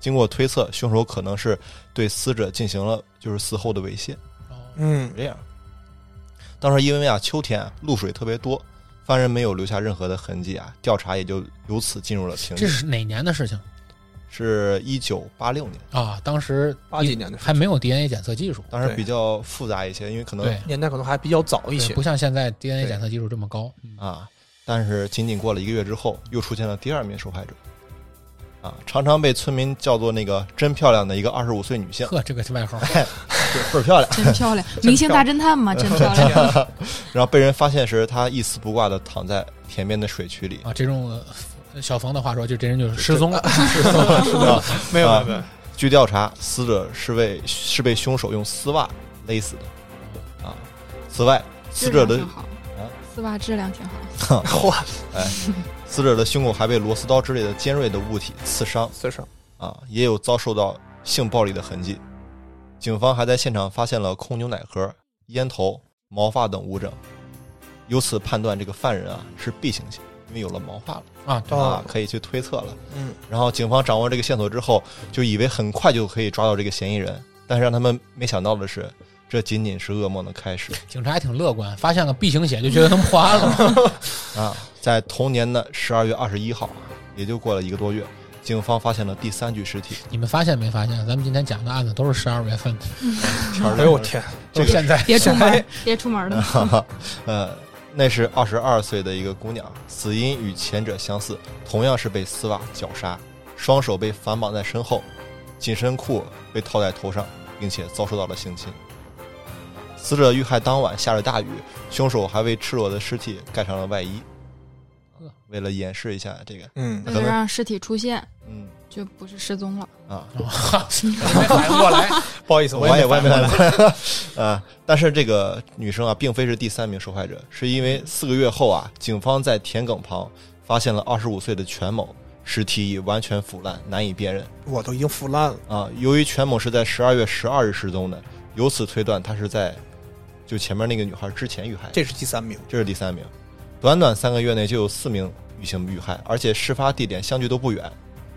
Speaker 3: 经过推测，凶手可能是对死者进行了就是死后的猥亵，
Speaker 2: 嗯
Speaker 3: 这样。当时因为啊秋天啊露水特别多，犯人没有留下任何的痕迹啊，调查也就由此进入了瓶
Speaker 1: 这
Speaker 3: 颈。
Speaker 1: 是哪年的事情
Speaker 3: 是一九八六年，
Speaker 1: 啊？当时
Speaker 2: 八几年的事
Speaker 1: 还没有 DNA 检测技术，
Speaker 3: 当时
Speaker 2: 对
Speaker 3: 比较复杂一些，因为可能
Speaker 1: 对，
Speaker 2: 年代可能还比较早
Speaker 1: 对
Speaker 2: 一些
Speaker 1: 不，像现在 DNA
Speaker 3: 嗯对
Speaker 1: 检测技术这么高。嗯
Speaker 3: 啊，但是仅仅过了一个月之后，又出现了第二名受害者，啊，常常被村民叫做那个真漂亮的一个二十五岁女性，
Speaker 1: 呵，这个是外号，
Speaker 3: 倍儿漂亮。
Speaker 4: 真漂亮，明星大侦探嘛，真漂亮。
Speaker 3: 然后被人发现时，她一丝不挂的躺在田边的水渠里。
Speaker 1: 啊，这种呃小冯的话说，就这人就是失踪了，
Speaker 2: 没有没有，
Speaker 3: 据调查，死者是为是被凶手用丝袜勒死的。啊，此外，死
Speaker 4: 质
Speaker 3: 者
Speaker 4: 量
Speaker 3: 的
Speaker 4: 挺好，丝袜质量挺好。
Speaker 2: 哇，
Speaker 3: 哎死者的胸口还被螺丝刀之类的尖锐的物体刺伤
Speaker 2: 四十，
Speaker 3: 啊，也有遭受到性暴力的痕迹。警方还在现场发现了空牛奶盒、烟头、毛发等物证，由此判断这个犯人啊是 B 型血，因为有了毛发了
Speaker 1: 啊，对
Speaker 3: 啊
Speaker 2: 哦，
Speaker 3: 可以去推测了。
Speaker 2: 嗯
Speaker 3: 然后警方掌握这个线索之后，就以为很快就可以抓到这个嫌疑人，但是让他们没想到的是，这仅仅是噩梦的 开始
Speaker 1: 警察还挺乐观，发现个 B 型血就觉得能破案了。
Speaker 3: 啊！在同年的十二月二十一号，也就过了一个多月，警方发现了第三具尸体。
Speaker 1: 你们发现没发现？咱们今天讲的案子都是十二月份的，
Speaker 2: 哎呦我天，
Speaker 1: 都
Speaker 3: 这
Speaker 1: 是
Speaker 3: 个
Speaker 1: 现在
Speaker 4: 别出门，别出
Speaker 3: 嗯
Speaker 4: 门了。
Speaker 3: 呃，那是二十二岁的一个姑娘，死因与前者相似，同样是被丝袜绞杀，双手被反绑在身后，紧身裤被套在头上，并且遭受到了性侵。死者遇害当晚下着大雨，凶手还为赤裸的尸体盖上了外衣，啊为了掩饰一下这个，
Speaker 2: 嗯
Speaker 4: 为了让尸体出现，
Speaker 3: 嗯
Speaker 4: 就不是失踪了。
Speaker 3: 啊，
Speaker 1: 没反哦应过来，
Speaker 2: 不好意思，
Speaker 3: 我也
Speaker 2: 没
Speaker 3: 我也没
Speaker 2: 反应过来，
Speaker 3: 呃，但是这个女生啊，并非是第三名受害者，是因为四个月后啊，警方在田埂旁发现了二十五岁的全某尸体已完全腐烂，难以辨认
Speaker 2: 我都已经腐烂了，
Speaker 3: 啊。由于全某是在十二月十二日失踪的，由此推断她是在就前面那个女孩之前遇害，
Speaker 2: 这是第三名，
Speaker 3: 这是第三名。短短三个月内就有四名女性遇害，而且事发地点相距都不远，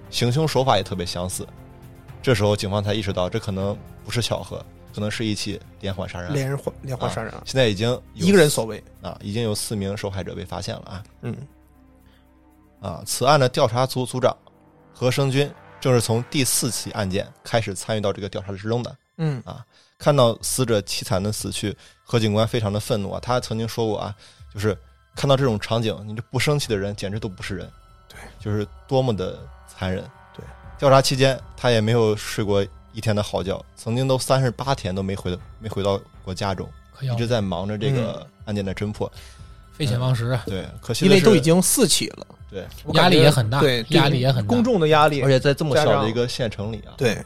Speaker 3: 行凶手法也特别相似。这时候警方才意识到，这可能不是巧合，可能是一起连环杀人案。
Speaker 2: 连环连环杀人案，
Speaker 3: 现在已经啊有
Speaker 2: 一个人所为，
Speaker 3: 啊，已经有四名受害者被发现了啊
Speaker 2: 嗯
Speaker 3: 啊！此案的调查组组长何生军正是从第四起案件开始参与到这个调查之中的。
Speaker 2: 嗯
Speaker 3: 看到死者凄惨的死去，何警官非常的愤怒啊！他曾经说过啊，就是看到这种场景，你这不生气的人简直都不是人，
Speaker 2: 对，
Speaker 3: 就是多么的残忍。
Speaker 2: 对，
Speaker 3: 调查期间他也没有睡过一天的好觉，曾经都三十八天都没回没回到过家中，
Speaker 1: 可以
Speaker 3: 一
Speaker 1: 啊
Speaker 3: 直在忙着这个案件的侦破。
Speaker 1: 废寝忘食啊，
Speaker 3: 对，可惜
Speaker 2: 因
Speaker 3: 的
Speaker 2: 为
Speaker 3: 是，
Speaker 2: 都已经四起了，
Speaker 3: 对，
Speaker 2: 我感
Speaker 1: 压
Speaker 2: 觉
Speaker 1: 力也很大
Speaker 2: 对，
Speaker 1: 压力也很大
Speaker 2: 公。众的压力
Speaker 3: 而，且在这么
Speaker 2: 加
Speaker 3: 小
Speaker 2: 上
Speaker 3: 的一个县城里啊，
Speaker 2: 对，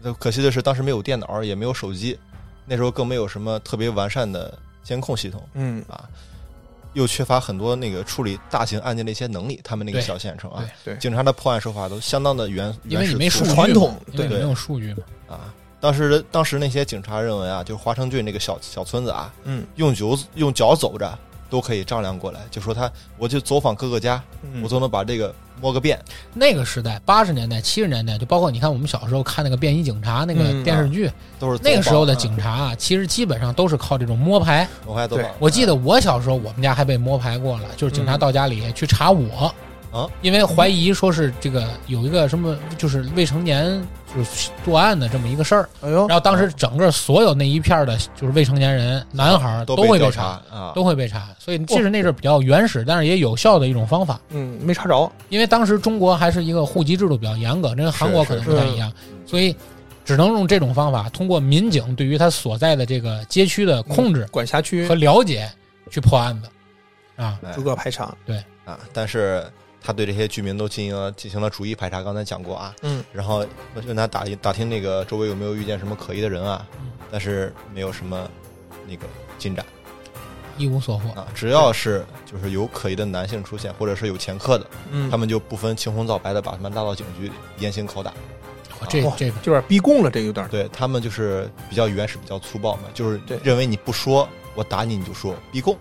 Speaker 3: 那可惜的是，当时没有电脑，也没有手机，那时候更没有什么特别完善的监控系统
Speaker 2: 嗯
Speaker 3: 啊，又缺乏很多那个处理大型案件的一些能力。他们那个
Speaker 1: 对
Speaker 3: 小县城啊，
Speaker 2: 对对
Speaker 3: 警察的破案手法都相当的原，
Speaker 1: 因为你没
Speaker 3: 原始
Speaker 1: 数
Speaker 3: 粗
Speaker 1: 据嘛，
Speaker 3: 糙
Speaker 2: 传统
Speaker 1: 因为你
Speaker 3: 对
Speaker 1: 没有数据嘛，
Speaker 3: 啊。当时当时那些警察认为啊，就是华城郡那个小小村子啊，
Speaker 2: 嗯
Speaker 3: 用脚用脚走着都可以丈量过来，就说他，我就走访各个家，
Speaker 2: 嗯
Speaker 3: 我都能把这个摸个遍。
Speaker 1: 那个时代，八十年代、七十年代，就包括你看我们小时候看那个《便衣警察》那个
Speaker 2: 嗯
Speaker 1: 电视剧，
Speaker 3: 都是走访
Speaker 1: 那个时候的警察啊，其实基本上都是靠这种摸排。
Speaker 3: 我还走
Speaker 2: 对
Speaker 3: 访。
Speaker 1: 我记得我小时候，我们家还被摸排过了，就是警察到家里去查我，
Speaker 3: 啊
Speaker 1: 因为怀疑说是这个有一个什么，就是未成年就是作案的这么一个事儿。
Speaker 2: 哎呦
Speaker 1: 然，后当时整个所有那一片儿的，就是未成年人、男孩儿
Speaker 3: 都
Speaker 1: 会
Speaker 3: 调
Speaker 1: 被
Speaker 3: 查，啊，
Speaker 1: 都会被查。所以这是那是比较原始，但是也有效的一种方法。
Speaker 2: 嗯，没查着，
Speaker 1: 因为当时中国还是一个户籍制度比较严格，这跟韩国可能不太一样，所以只能用这种方法，通过民警对于他所在的这个街区的控制
Speaker 2: 管辖区
Speaker 3: 嗯
Speaker 1: 和了解去破案子啊。
Speaker 3: 哎
Speaker 2: 逐个排查，
Speaker 3: 啊，但是他对这些居民都进行了进行了逐一排查，刚才讲过啊，
Speaker 2: 嗯，
Speaker 3: 然后问他打听打听那个周围有没有遇见什么可疑的人啊，
Speaker 1: 嗯
Speaker 3: 但是没有什么那个进展
Speaker 1: 一无所获，
Speaker 2: 哦
Speaker 3: 啊，只要是就是有可疑的男性出现，或者是有前科的，
Speaker 2: 嗯
Speaker 3: 他，们就不分青红皂白的把他们拉到警局里严刑拷打。
Speaker 1: 我这
Speaker 2: 哇
Speaker 1: 这个
Speaker 2: 就有点逼供了，这有点儿，
Speaker 3: 对他们就是比较原始、比较粗暴嘛，就是
Speaker 2: 对
Speaker 3: 认为你不说，我打你你就说，逼供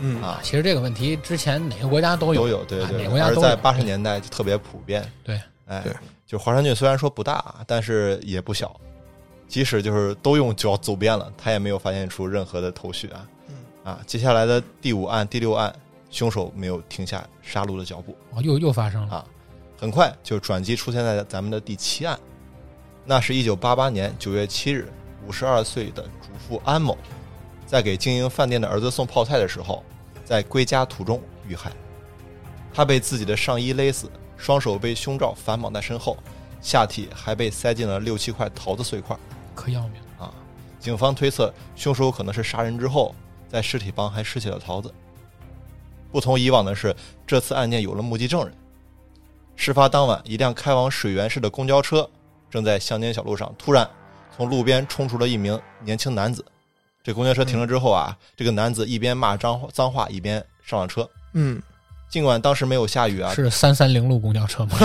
Speaker 2: 嗯
Speaker 3: 啊，
Speaker 1: 其实这个问题之前哪个国家都有，
Speaker 3: 有，对
Speaker 1: 啊
Speaker 3: 对，
Speaker 1: 哪国家
Speaker 3: 而
Speaker 1: 都
Speaker 3: 在
Speaker 1: 有
Speaker 3: 八十年代就特别普遍。
Speaker 1: 对，
Speaker 3: 哎
Speaker 2: 对，
Speaker 3: 就华山郡虽然说不大，啊但是也不小，即使就是都用脚走遍了，他也没有发现出任何的头绪啊。
Speaker 2: 嗯
Speaker 3: 啊，接下来的第五案、第六案，凶手没有停下杀戮的脚步，
Speaker 1: 哦又又发生了
Speaker 3: 啊很快就转机出现在咱们的第七案。那是一九八八年九月七日，五十二岁的主妇安某，在给经营饭店的儿子送泡菜的时候，在归家途中遇害。她被自己的上衣勒死，双手被胸罩反绑在身后，下体还被塞进了六七块桃子碎块。
Speaker 1: 可要命，
Speaker 3: 啊，警方推测凶手可能是杀人之后在尸体旁还拾起了桃子。不同以往的是，这次案件有了目击证人。事发当晚，一辆开往水源市的公交车正在乡间小路上，突然从路边冲出了一名年轻男子。这公交车停了之后啊，这个男子一边骂脏话脏话，一边上了车。
Speaker 2: 嗯，
Speaker 3: 尽管当时没有下雨啊，
Speaker 1: 是三三零路公交车吗？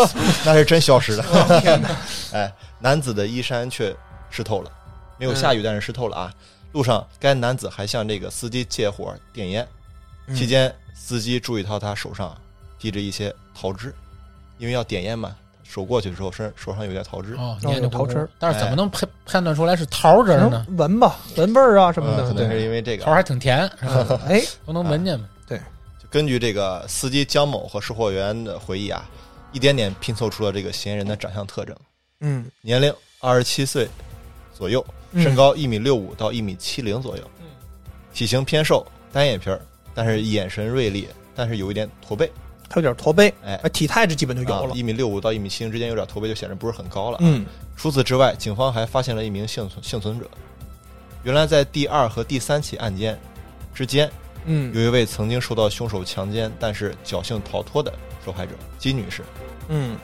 Speaker 3: 那是真消 失
Speaker 2: 哦
Speaker 3: 了。 哎，男子的衣衫却湿透了，没有
Speaker 2: 嗯
Speaker 3: 下雨，但是湿透了啊。路上，该男子还向这个司机借火点烟，
Speaker 2: 嗯
Speaker 3: 期间司机注意到他手上滴着一些桃汁，因为要点烟嘛，手过去的时候身手上有点桃汁，
Speaker 1: 哦，
Speaker 2: 哦
Speaker 1: 研究
Speaker 2: 有桃汁儿，
Speaker 1: 但是怎么能判判断出来是桃汁
Speaker 2: 可
Speaker 1: 儿
Speaker 2: 能
Speaker 1: 呢？
Speaker 2: 嗯闻吧，闻味儿啊什么
Speaker 3: 呃
Speaker 2: 的，
Speaker 3: 可能是
Speaker 2: 对，
Speaker 3: 因为这个
Speaker 1: 桃。还挺甜，是吧
Speaker 2: 哎，
Speaker 1: 都能闻见嘛。
Speaker 3: 就根据这个司机江某和售货员的回忆啊，一点点拼凑出了这个嫌疑人的长相特征：
Speaker 2: 嗯，
Speaker 3: 年龄二十七岁左右，
Speaker 2: 嗯
Speaker 3: 身高一米六五到一米七零左右，
Speaker 1: 嗯
Speaker 3: 体型偏瘦，单眼皮儿，但是眼神锐利，但是有一点驼背，
Speaker 2: 嗯他有点驼背，
Speaker 3: 哎啊
Speaker 2: 哎，体态这基本就有了，
Speaker 3: 一米六五到一米七零之间有点驼背，就显得不是很高了。
Speaker 2: 嗯
Speaker 3: 除此之外，警方还发现了一名幸存幸存者，原来在第二和第三起案件之间，
Speaker 2: 嗯
Speaker 3: 有一位曾经受到凶手强奸但是侥幸逃脱的受害者金女士
Speaker 2: 嗯，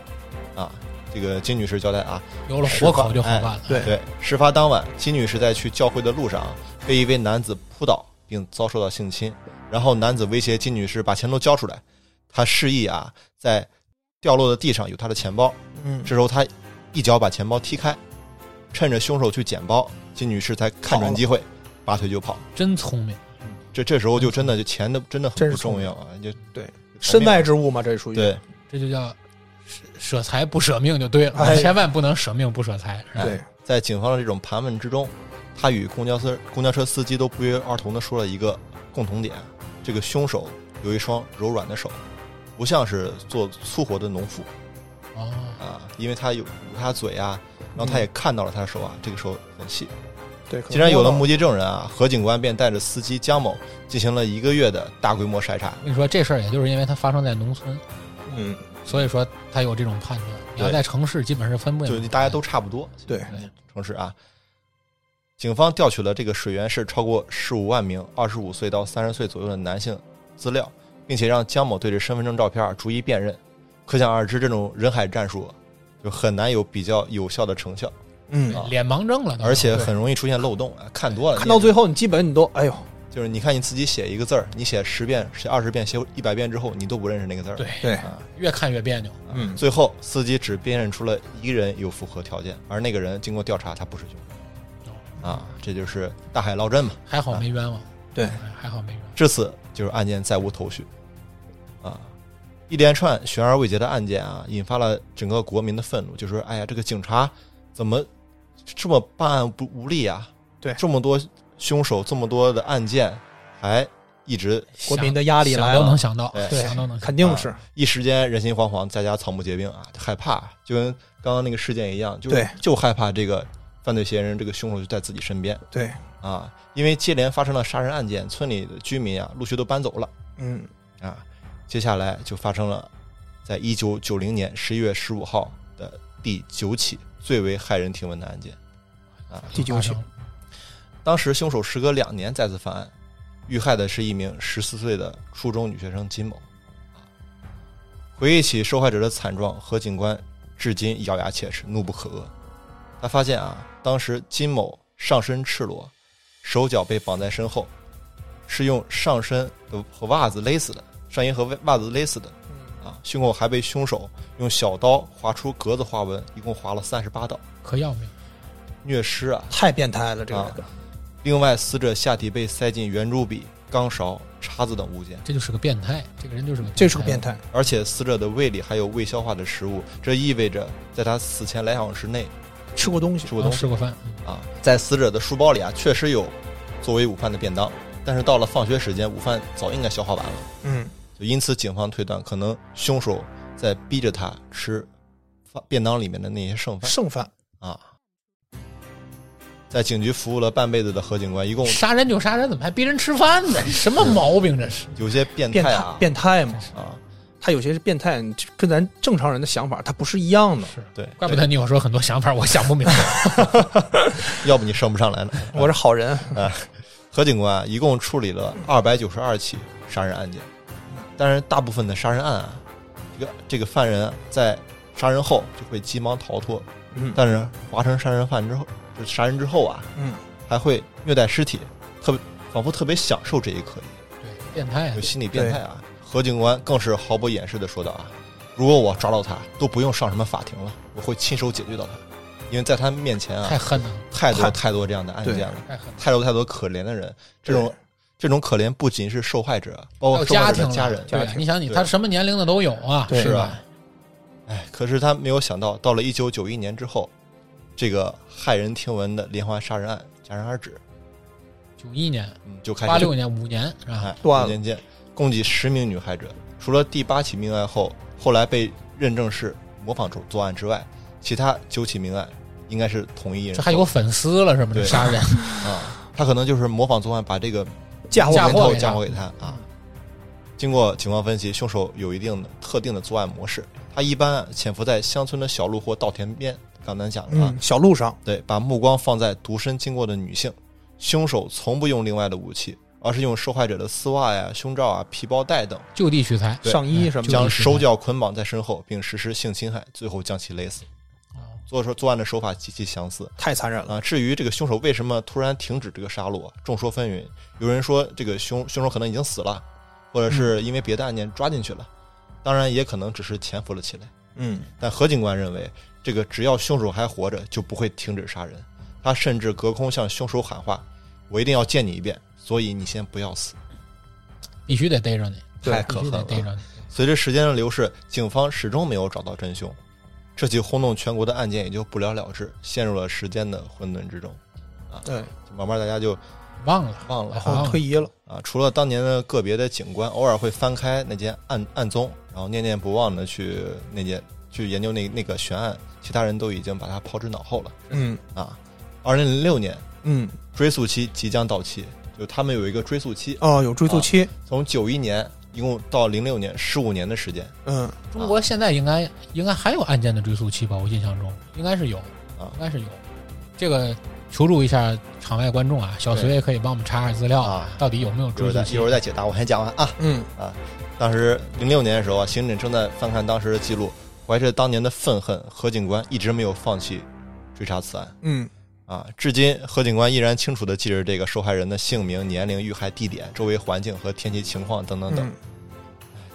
Speaker 3: 啊。这个金女士交代啊，
Speaker 1: 有了活口就好办了。
Speaker 2: 哎对，
Speaker 3: 对，事发当晚，金女士在去教会的路上被一位男子扑倒，并遭受到性侵。然后男子威胁金女士把钱都交出来，他示意啊，在掉落的地上有她的钱包。
Speaker 2: 嗯，
Speaker 3: 这时候他一脚把钱包踢开，趁着凶手去捡包，金女士才看准机会，拔腿就跑。
Speaker 1: 真聪明，
Speaker 3: 这这时候就真的就钱都真的很
Speaker 2: 真
Speaker 3: 不
Speaker 2: 是聪
Speaker 3: 重
Speaker 2: 明
Speaker 3: 要啊，就
Speaker 2: 对
Speaker 3: 逃
Speaker 2: 身
Speaker 3: 命
Speaker 2: 外之物嘛，这属于
Speaker 3: 对
Speaker 1: 这就叫舍舍财不舍命就对了，
Speaker 2: 哎
Speaker 1: 千万不能舍命不舍财。是吧
Speaker 2: 对，
Speaker 3: 在警方的这种盘问之中，他与公交车公交车司机都不约而同的说了一个共同点：这个凶手有一双柔软的手，不像是做粗活的农夫
Speaker 1: 哦，
Speaker 3: 啊，因为他有捂他嘴啊，然后他也看到了他的手啊，这个手很细。
Speaker 2: 嗯对，可能
Speaker 3: 既然有
Speaker 2: 摸
Speaker 3: 了
Speaker 2: 到
Speaker 3: 目击证人啊，何警官便带着司机江某进行了一个月的大规模筛查。
Speaker 1: 我跟你说，这事儿也就是因为它发生在农村，
Speaker 2: 嗯，
Speaker 1: 所以说他有这种判断。你要
Speaker 3: 对
Speaker 1: 在城市，基本是分不了
Speaker 3: 就
Speaker 1: 的。
Speaker 3: 大家都差不多，
Speaker 2: 对
Speaker 1: 对
Speaker 3: 城市啊。警方调取了这个水源市超过十五万名二十五岁到三十岁左右的男性资料，并且让江某对这身份证照片逐一辨认。可想而知，这种人海战术就很难有比较有效的成效，
Speaker 2: 嗯
Speaker 3: 啊，
Speaker 1: 脸盲症了都，
Speaker 3: 而且很容易出现漏洞啊！看多了，
Speaker 2: 看到
Speaker 3: 你也
Speaker 2: 最后你基本你都哎呦，
Speaker 3: 就是你看你自己写一个字儿，你写十遍、写二十遍、写一百遍之后，你都不认识那个字儿。
Speaker 1: 对，
Speaker 2: 对，
Speaker 3: 啊，
Speaker 1: 越看越别扭。
Speaker 2: 嗯
Speaker 3: 最后司机只辨认出了一个人有符合条件，而那
Speaker 2: 哦
Speaker 3: 个人经过调查，他不是凶手。啊，这就是大海捞针嘛。
Speaker 1: 还好没冤枉，
Speaker 2: 对
Speaker 1: 哎还好没有。
Speaker 3: 至此，就是案件再无头绪。啊，一连串悬而未决的案件啊，引发了整个国民的愤怒，就说：“哎呀，这个警察怎么这么办案不无力啊？
Speaker 2: 对
Speaker 3: 这么多凶手，这么多的案件，还一直
Speaker 2: 国民的压力来
Speaker 1: 想都能
Speaker 2: 了，
Speaker 1: 想到，
Speaker 3: 对
Speaker 1: 想都能想
Speaker 2: 肯定是
Speaker 3: 一时间人心惶惶，在家草木皆兵啊，害怕，就跟刚刚那个事件一样，就
Speaker 2: 对
Speaker 3: 就害怕这个犯罪嫌疑人，这个凶手就在自己身边
Speaker 2: 对，
Speaker 3: 啊，因为接连发生了杀人案件，村里的居民啊，陆续都搬走了。”
Speaker 2: 嗯
Speaker 3: 啊，接下来就发生了，在一九九零年十一月十五号的第九起最为骇人听闻的案件。啊，
Speaker 2: 第九起
Speaker 1: 发生了
Speaker 3: 当时凶手时隔两年再次犯案，遇害的是一名十四岁的初中女学生金某。啊回忆起受害者的惨状，何警官至今咬牙切齿，怒不可遏。他发现啊，当时金某上身赤裸，手脚被绑在身后，是用上身的和袜子勒死的，上衣和袜子勒死的。
Speaker 2: 嗯
Speaker 3: 啊，胸口还被凶手用小刀划出格子花纹，一共划了三十八刀，
Speaker 1: 可要命，
Speaker 3: 虐尸啊！
Speaker 2: 太变态了，这
Speaker 3: 啊
Speaker 2: 个
Speaker 3: 另外，死者下体被塞进圆珠笔、钢勺、叉子等物件，
Speaker 1: 这就是个变态，这个人就是个
Speaker 2: 这是个变态，
Speaker 3: 而且死者的胃里还有未消化的食物，这意味着在他死前两小时内
Speaker 2: 吃过东西
Speaker 3: 吃过
Speaker 1: 我都
Speaker 3: 东西
Speaker 1: 吃过饭，嗯
Speaker 3: 啊。在死者的书包里啊，确实有作为午饭的便当，但是到了放学时间，午饭早应该消化完了，
Speaker 2: 嗯，
Speaker 3: 就因此警方推断，可能凶手在逼着他吃饭便当里面的那些剩饭
Speaker 2: 剩饭，
Speaker 3: 啊。在警局服务了半辈子的何警官，一共
Speaker 1: 杀人就杀人，怎么还逼人吃饭呢？什么毛病这是？
Speaker 3: 有些变
Speaker 2: 变
Speaker 3: 态
Speaker 2: 态
Speaker 3: 啊
Speaker 2: 变态嘛，
Speaker 3: 啊，
Speaker 2: 他有些是变态，跟咱正常人的想法他不是一样的。
Speaker 1: 是，
Speaker 3: 对，
Speaker 1: 怪不得你有时候很多想法我想不明白。
Speaker 3: 要不你升不上来呢。
Speaker 2: 我是好人，
Speaker 3: 何警官啊一共处理了二百九十二起杀人案件，但是大部分的杀人案啊，这个这个犯人啊在杀人后就会急忙逃脱，
Speaker 2: 嗯
Speaker 3: 但是华成杀人犯之后，就杀人之后啊，
Speaker 2: 嗯，
Speaker 3: 还会虐待尸体，特别仿佛特别享受这一刻，
Speaker 1: 对，变态 啊
Speaker 3: 有，心理变态啊。何警官更是毫不掩饰的说道啊，如果我抓到他，都不用上什么法庭了，我会亲手解决到他，因为在他面前啊
Speaker 1: 太，恨了，
Speaker 3: 太多
Speaker 2: 太
Speaker 3: 太多这样的案件了。
Speaker 1: 太恨了。
Speaker 3: 太多太多可怜的人，这种这种可怜不仅是受害者，包
Speaker 1: 还有
Speaker 3: 括受
Speaker 1: 家
Speaker 3: 害者
Speaker 1: 庭
Speaker 3: 的
Speaker 1: 了
Speaker 3: 家人。
Speaker 1: 对，啊你想你
Speaker 3: 对
Speaker 1: 他什么年龄的都有啊，
Speaker 2: 对
Speaker 1: 是
Speaker 3: 是
Speaker 1: 吧
Speaker 3: 吧？哎，可是他没有想到，到了一九九一年之后，这个骇人听闻的连环杀人案戛然而止，
Speaker 1: 九一年、
Speaker 3: 嗯，就开始
Speaker 1: 八六年、五年是吧？
Speaker 3: 哎，
Speaker 2: 断了
Speaker 3: 渐渐共计十名女害者，除了第八起命案后后来被认证是模仿作作案之外，其他九起命案应该是同一人
Speaker 1: 这还有粉丝了是吗？这
Speaker 3: 对
Speaker 1: 杀 人
Speaker 3: 啊，他可能就是模仿作案，把这个
Speaker 2: 嫁
Speaker 1: 嫁
Speaker 2: 祸
Speaker 3: 人头
Speaker 1: 祸给他
Speaker 3: 嫁祸给他啊。经过警方分析，凶手有一定的特定的作案模式，他一般潜伏在乡村的小路或稻田边。刚咱讲了啊，
Speaker 2: 嗯，小路上
Speaker 3: 对，把目光放在独身经过的女性。凶手从不用另外的武器，而是用受害者的丝袜呀、胸罩啊、皮包带等，
Speaker 1: 就地取材，
Speaker 3: 对
Speaker 2: 上衣什
Speaker 1: 就
Speaker 2: 么的，
Speaker 3: 将
Speaker 1: 地取材
Speaker 3: 手脚捆绑在身后，并实施性侵害，最后将其勒死。
Speaker 1: 哦
Speaker 3: 所以说，作案的手法极其相似。
Speaker 2: 太残忍了。
Speaker 3: 啊，至于这个凶手为什么突然停止这个杀戮啊，众说纷纭。有人说这个凶凶手可能已经死了，或者是因为别的案件抓进去了，当然也可能只是潜伏了起来。
Speaker 2: 嗯，
Speaker 3: 但何警官认为，这个只要凶手还活着，就不会停止杀人。他甚至隔空向凶手喊话：“我一定要见你一面，所以你先不要死。
Speaker 1: 必须得逮着你，”
Speaker 2: 对
Speaker 3: 太可
Speaker 1: 必须
Speaker 3: 恨
Speaker 1: 得
Speaker 3: 了
Speaker 1: 逮。着你。
Speaker 3: 随着时间的流逝，警方始终没有找到真凶，这起轰动全国的案件也就不了了之，陷入了时间的混沌之中。
Speaker 2: 对，
Speaker 3: 就慢慢大家就
Speaker 1: 忘了，
Speaker 3: 忘了
Speaker 1: 哎
Speaker 2: 然后推移了。
Speaker 3: 啊，除了当年的个别的警官偶尔会翻开那件案案宗，然后念念不忘的去那件去研究那那个悬案，其他人都已经把它抛之脑后了
Speaker 2: 嗯
Speaker 3: 啊。二零零六年
Speaker 2: 嗯，
Speaker 3: 追诉期即将到期，就他们有一个追诉期，
Speaker 2: 哦，有追溯期。
Speaker 3: 从九一年一共到零六年十五年的时间
Speaker 2: 嗯，
Speaker 1: 中国现在应该应该还有案件的追诉期吧？我印象中应该是有，
Speaker 3: 啊
Speaker 1: 应该是有。这个求助一下场外观众啊，小随也可以帮我们查查资料
Speaker 3: 啊
Speaker 1: 到底有没有
Speaker 3: 一会
Speaker 1: 追
Speaker 3: 儿
Speaker 1: 诉
Speaker 3: 再
Speaker 1: 期
Speaker 3: 一会？儿再解答，我先讲完啊。
Speaker 2: 嗯，
Speaker 3: 当时零六年的时候啊，刑警正在翻看当时的记录，怀着当年的愤恨，何警官一直没有放弃追查此案。
Speaker 2: 嗯，
Speaker 3: 啊，至今何警官依然清楚地记着这个受害人的姓名、年龄、遇害地点、周围环境和天气情况等等等。
Speaker 2: 嗯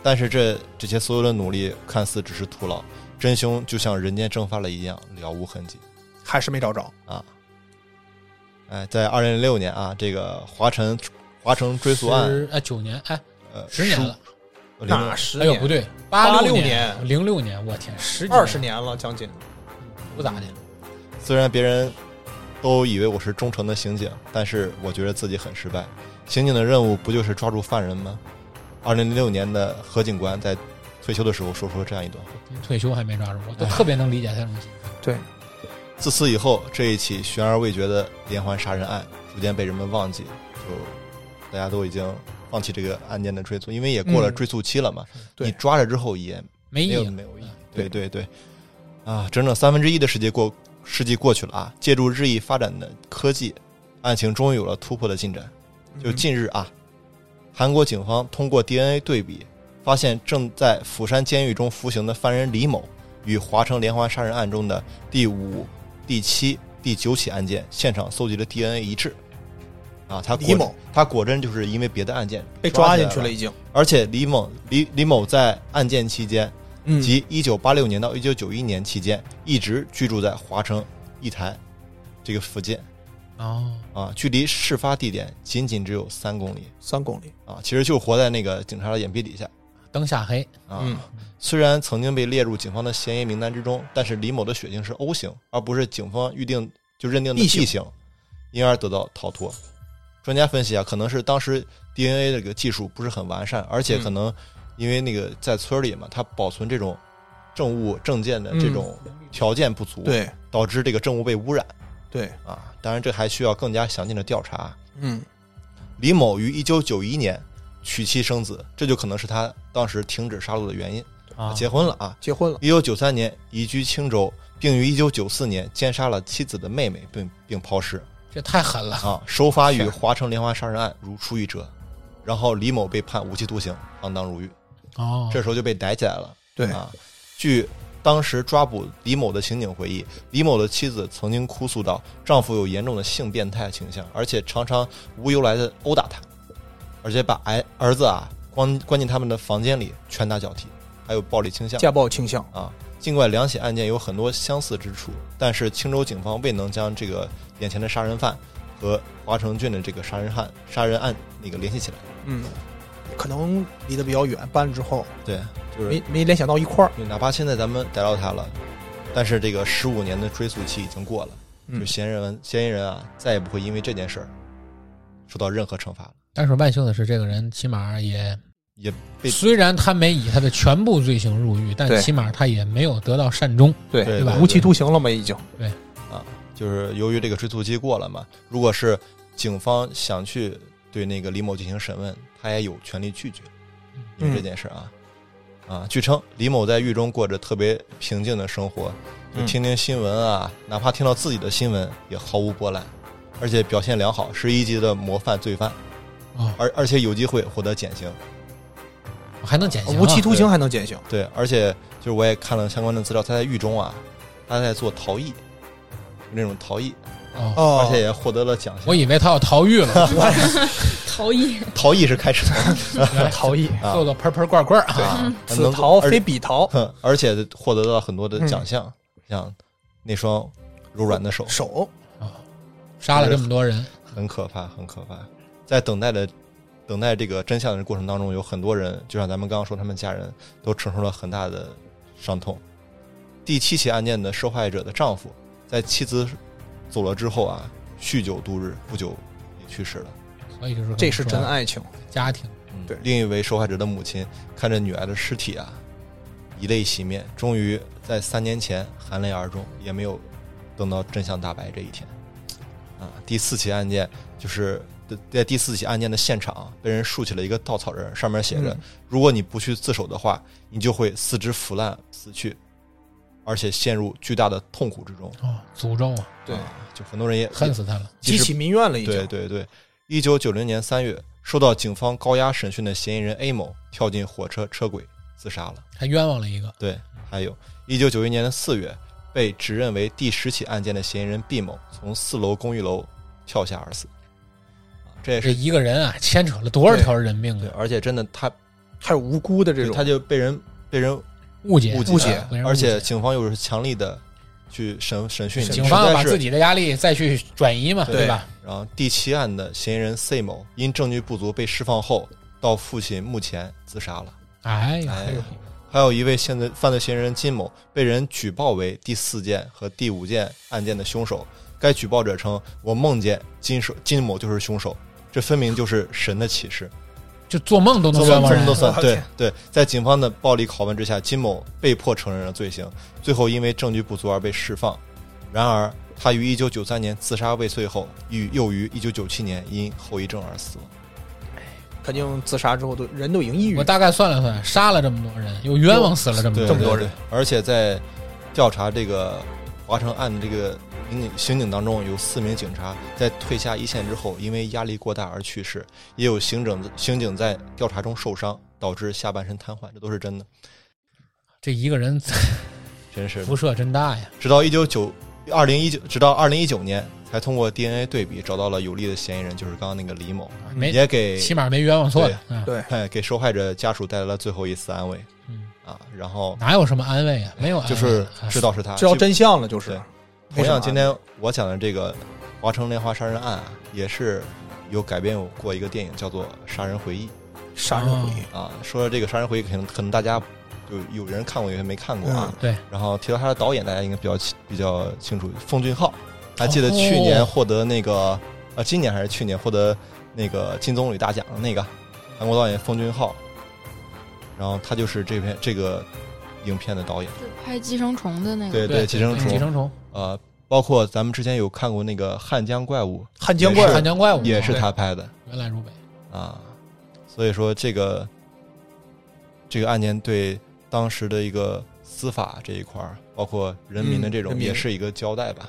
Speaker 3: 但是这这些所有的努力看似只是徒劳，真凶就像人间蒸发了一样，了无痕迹。
Speaker 2: 还是没找着。
Speaker 3: 哎，在二零零六年啊，这个华晨华城追溯案，
Speaker 1: 十哎九年哎
Speaker 3: 呃，
Speaker 1: 十年了，
Speaker 3: 15，零
Speaker 2: 哪
Speaker 3: 六
Speaker 2: 十
Speaker 1: 哎呦不
Speaker 2: 年？
Speaker 1: 对，
Speaker 2: 86
Speaker 1: 六
Speaker 2: 年
Speaker 1: 零六年，我天，十几
Speaker 2: 二十年了，将近。
Speaker 1: 不咋的，
Speaker 3: 虽然别人都以为我是忠诚的刑警，但是我觉得自己很失败。刑警的任务不就是抓住犯人吗？二零零六年的何警官在退休的时候说出了这样一段话。
Speaker 1: 退休还没抓住，我都
Speaker 3: 哎
Speaker 1: 特别能理解他这种心情。
Speaker 3: 自此以后，这一起悬而未决的连环杀人案逐渐被人们忘记，就大家都已经放弃这个案件的追溯，因为也过了
Speaker 2: 嗯
Speaker 3: 追溯期了嘛。
Speaker 2: 对
Speaker 3: 你抓了之后也
Speaker 1: 没
Speaker 3: 没
Speaker 1: 意
Speaker 3: 有
Speaker 1: 义了，
Speaker 3: 没有意义
Speaker 1: 嗯。
Speaker 3: 对对对，啊，整整三分之一的世界过世纪过去了啊！借助日益发展的科技，案情终于有了突破的进展。
Speaker 2: 嗯
Speaker 3: 就近日啊，韩国警方通过 DNA 对比，发现正在釜山监狱中服刑的犯人李某与华城连环杀人案中的第五、第七、第九起案件现场搜集的 DNA 一致。啊，他
Speaker 2: 李
Speaker 3: 果
Speaker 2: 某
Speaker 3: 他果真就是因为别的案件
Speaker 2: 被抓
Speaker 3: 进
Speaker 2: 进去了，已经。
Speaker 3: 而且李某李李某在案件期间
Speaker 2: 嗯
Speaker 3: 及一九八六年到一九九一年期间，一直居住在华城一台这个附近
Speaker 1: 哦，
Speaker 3: 啊，距离事发地点仅仅只有三公里
Speaker 2: 三公里。
Speaker 3: 啊，其实就活在那个警察的眼皮底下
Speaker 1: 灯下黑，
Speaker 3: 啊。
Speaker 2: 嗯
Speaker 3: 虽然曾经被列入警方的嫌疑名单之中，但是李某的血型是 O 型，而不是警方预定就认定的
Speaker 2: B
Speaker 3: B
Speaker 2: 型
Speaker 3: 型，因而得到逃脱。专家分析啊，可能是当时 DNA 这个技术不是很完善，而且
Speaker 2: 嗯
Speaker 3: 可能因为那个在村里嘛，他保存这种证物证件的这种条件不足，
Speaker 2: 嗯对
Speaker 3: 导致这个证物被污染
Speaker 2: 对，
Speaker 3: 啊。当然，这还需要更加详尽的调查。
Speaker 2: 嗯
Speaker 3: 李某于一九九一年娶妻生子，这就可能是他当时停止杀戮的原因。
Speaker 1: 啊，
Speaker 3: 结婚了啊，
Speaker 2: 结婚了。
Speaker 3: 一九九三年移居青州，并于一九九四年奸杀了妻子的妹妹，并并抛 尸
Speaker 1: 这太狠了，
Speaker 3: 啊，首发于
Speaker 2: 是
Speaker 3: 华城连环杀人案如出一辙。然后李某被判无期徒刑，锒铛入狱，
Speaker 1: 哦，
Speaker 3: 这时候就被逮起来了。
Speaker 2: 对
Speaker 3: 啊，据当时抓捕李某的刑警回忆，李某的妻子曾经哭诉到，丈夫有严重的性变态倾向，而且常常无由来的殴打她，而且把儿儿子啊关关进他们的房间里拳打脚踢，还有暴力倾向。
Speaker 2: 家暴倾向。
Speaker 3: 啊。尽管两起案件有很多相似之处，但是青州警方未能将这个眼前的杀人犯和华城郡的这个杀人案杀人案那个联系起来。
Speaker 2: 嗯，可能离得比较远，搬了之后
Speaker 3: 对，就是
Speaker 2: 没没联想到一块儿。
Speaker 3: 因为哪怕现在咱们逮到他了，但是这个十五年的追诉期已经过了，就
Speaker 2: 嗯
Speaker 3: 嫌疑人嫌疑人啊，再也不会因为这件事儿受到任何惩罚了。
Speaker 1: 但是万幸的是，这个人起码也
Speaker 3: 也被
Speaker 1: 虽然他没以他的全部罪行入狱，但
Speaker 2: 对
Speaker 1: 起码他也没有得到善终。
Speaker 2: 对
Speaker 3: 对
Speaker 1: 吧
Speaker 2: 无期徒刑了嘛，已经。
Speaker 3: 就是由于这个追诉期过了嘛，如果是警方想去对那个李某进行审问，他也有权利拒绝，因为这件事啊，
Speaker 2: 嗯
Speaker 3: 啊，据称李某在狱中过着特别平静的生活，就
Speaker 2: 嗯
Speaker 3: 听听新闻啊，哪怕听到自己的新闻也毫无波澜，而且表现良好，是一级的模范罪犯，
Speaker 1: 啊，
Speaker 3: 而而且有机会获得减刑。
Speaker 1: 还能减刑、啊，
Speaker 2: 无期徒刑还能减刑。
Speaker 3: 对，而且就是我也看了相关的资料，他在狱中啊，他在做逃逸，那种逃逸，
Speaker 1: 哦，
Speaker 2: 哦
Speaker 3: 而且也获得了奖
Speaker 1: 我
Speaker 3: 项。
Speaker 1: 以为他要逃狱 了，
Speaker 4: 逃 逸，
Speaker 3: 逃逸是开始的。
Speaker 1: 原来
Speaker 2: 逃逸，
Speaker 3: 啊
Speaker 1: 做做盆盆罐罐儿啊，
Speaker 3: 啊，
Speaker 2: 哦此
Speaker 3: 能
Speaker 2: 逃
Speaker 3: 而
Speaker 2: 非嗯彼逃。
Speaker 3: 哼而且获得了很多的奖项，像那双柔软的手，
Speaker 2: 手
Speaker 1: 啊杀了这么多人，
Speaker 3: 很可怕，很可怕。在等待的等待这个真相的过程当中，有很多人，就像咱们刚刚说，他们家人都承受了很大的伤痛。第七起案件的受害者的丈夫，在妻子走了之后啊，酗酒度日，不久也去世了。
Speaker 1: 所以就是
Speaker 2: 这是真
Speaker 1: 爱
Speaker 2: 爱情。
Speaker 1: 家庭。
Speaker 3: 嗯
Speaker 2: 对
Speaker 3: 另一位受害者的母亲看着女儿的尸体啊，以泪洗面，终于在三年前含泪而终，也没有等到真相大白这一天。啊，第四起案件就是在第四起案件的现场，被人竖起了一个稻草人，上面写着：“
Speaker 2: 嗯
Speaker 3: 如果你不去自首的话，你就会四肢腐烂死去，而且陷入巨大的痛苦之中。
Speaker 1: 哦，诅咒啊，”
Speaker 2: 对
Speaker 3: 啊，就很多人也
Speaker 1: 恨死他了！
Speaker 3: 即
Speaker 2: 激
Speaker 3: 使
Speaker 2: 起民怨了，已
Speaker 3: 对
Speaker 2: 经。
Speaker 3: 对对，一九九零年三月，受到警方高压审讯的嫌疑人 A 某跳进火车车轨自杀了。
Speaker 1: 还冤枉了一个，
Speaker 3: 对，还有一九九一年的四月，被指认为第十起案件的嫌疑人 B 某从四楼公寓楼跳下而死。啊这也
Speaker 1: 这
Speaker 3: 是
Speaker 1: 一个人啊，牵扯了多少条人命
Speaker 3: 对，
Speaker 1: 啊！
Speaker 3: 而且真的他
Speaker 2: 还有无辜的这
Speaker 3: 对
Speaker 2: 种
Speaker 3: 他。就被人被人
Speaker 1: 误解，啊
Speaker 3: 误
Speaker 2: 误解
Speaker 1: 被人
Speaker 3: 而且警方又是强力的去审审讯你，
Speaker 1: 警方要把
Speaker 3: 实在是
Speaker 1: 自己的压力再去转移嘛，
Speaker 3: 对
Speaker 1: 对吧？
Speaker 3: 然后第七案的嫌疑人 C 某因证据不足被释放后，到父亲墓前自杀了。
Speaker 1: 哎呀，
Speaker 3: 哎呀还有一位现在犯罪嫌疑人金某被人举报为第四件和第五件案件的凶手。该举报者称：“我梦见金手金某就是凶手。”这分明就是神的启示，
Speaker 1: 就做梦都能
Speaker 3: 做
Speaker 1: 冤枉
Speaker 3: 梦做梦
Speaker 1: 人
Speaker 3: 都，算
Speaker 2: 我。
Speaker 3: 对
Speaker 2: 天
Speaker 3: 对，在警方的暴力拷问之下，金某被迫承认了罪行，最后因为证据不足而被释放。然而，他于1993年自杀未遂后，于又于1997年因后遗症而死亡。
Speaker 2: 肯定自杀之后都人都已经抑郁
Speaker 1: 我
Speaker 2: 了。
Speaker 1: 大概算了算，杀了这么多人，又冤枉死了这么
Speaker 3: 嗯对
Speaker 1: 多
Speaker 2: 这么
Speaker 1: 人，
Speaker 2: 多
Speaker 3: 对
Speaker 2: 人
Speaker 3: 对而且在调查这个华城案的这个民警刑警当中，有四名警察在退下一线之后，因为压力过大而去世，也有刑警刑警在调查中受伤，导致下半身瘫痪，这都是真的，
Speaker 1: 这一个人
Speaker 3: 真是的
Speaker 1: 辐射真大呀！
Speaker 3: 直到一九九二零一九，直到二零一九年才通过 DNA 对比找到了有力的嫌疑人，就是刚刚那个李某，
Speaker 2: 哎
Speaker 1: 没，
Speaker 3: 嗯也给
Speaker 1: 起码没冤枉错的，嗯
Speaker 2: 对
Speaker 3: 哎给受害者家属带来了最后一丝安慰
Speaker 1: 嗯，
Speaker 3: 啊，然后
Speaker 1: 哪有什么安慰啊？没有安慰，
Speaker 3: 就是
Speaker 1: 啊
Speaker 3: 知道是他，
Speaker 2: 哎知道真相了，就是
Speaker 3: 对。
Speaker 2: 为
Speaker 3: 同
Speaker 2: 什么
Speaker 3: 样，今天我讲的这个华城莲花杀人案啊，也是有改编过一个电影，叫做《杀人回忆
Speaker 2: 杀人回忆，》
Speaker 3: 啊。说这个《杀人回忆》，可能可能大家就有人看过，有些没看过啊
Speaker 2: 嗯。
Speaker 1: 对，
Speaker 3: 然后提到他的导演，大家应该比较清比较清楚，奉俊昊。还记得去年获得那个、呃，今年还是去年获得那个金棕榈大奖的那个韩国导演奉俊昊。然后他就是这篇这个影片的导演，
Speaker 4: 就拍《寄生虫》的那个，
Speaker 3: 对
Speaker 1: 对，
Speaker 3: 寄生
Speaker 1: 寄
Speaker 3: 虫，
Speaker 1: 生虫，
Speaker 3: 呃，包括咱们之前有看过那个《汉江怪物》，
Speaker 2: 汉江
Speaker 3: 也是
Speaker 1: 汉
Speaker 2: 怪
Speaker 1: 江怪物
Speaker 3: 也是
Speaker 1: 嗯对
Speaker 3: 他拍的
Speaker 1: 原来如北，
Speaker 3: 啊，所以说这个这个案件对当时的一个司法这一块儿，包括人民的这
Speaker 2: 嗯人
Speaker 3: 种，
Speaker 2: 民
Speaker 3: 也是一个交代吧。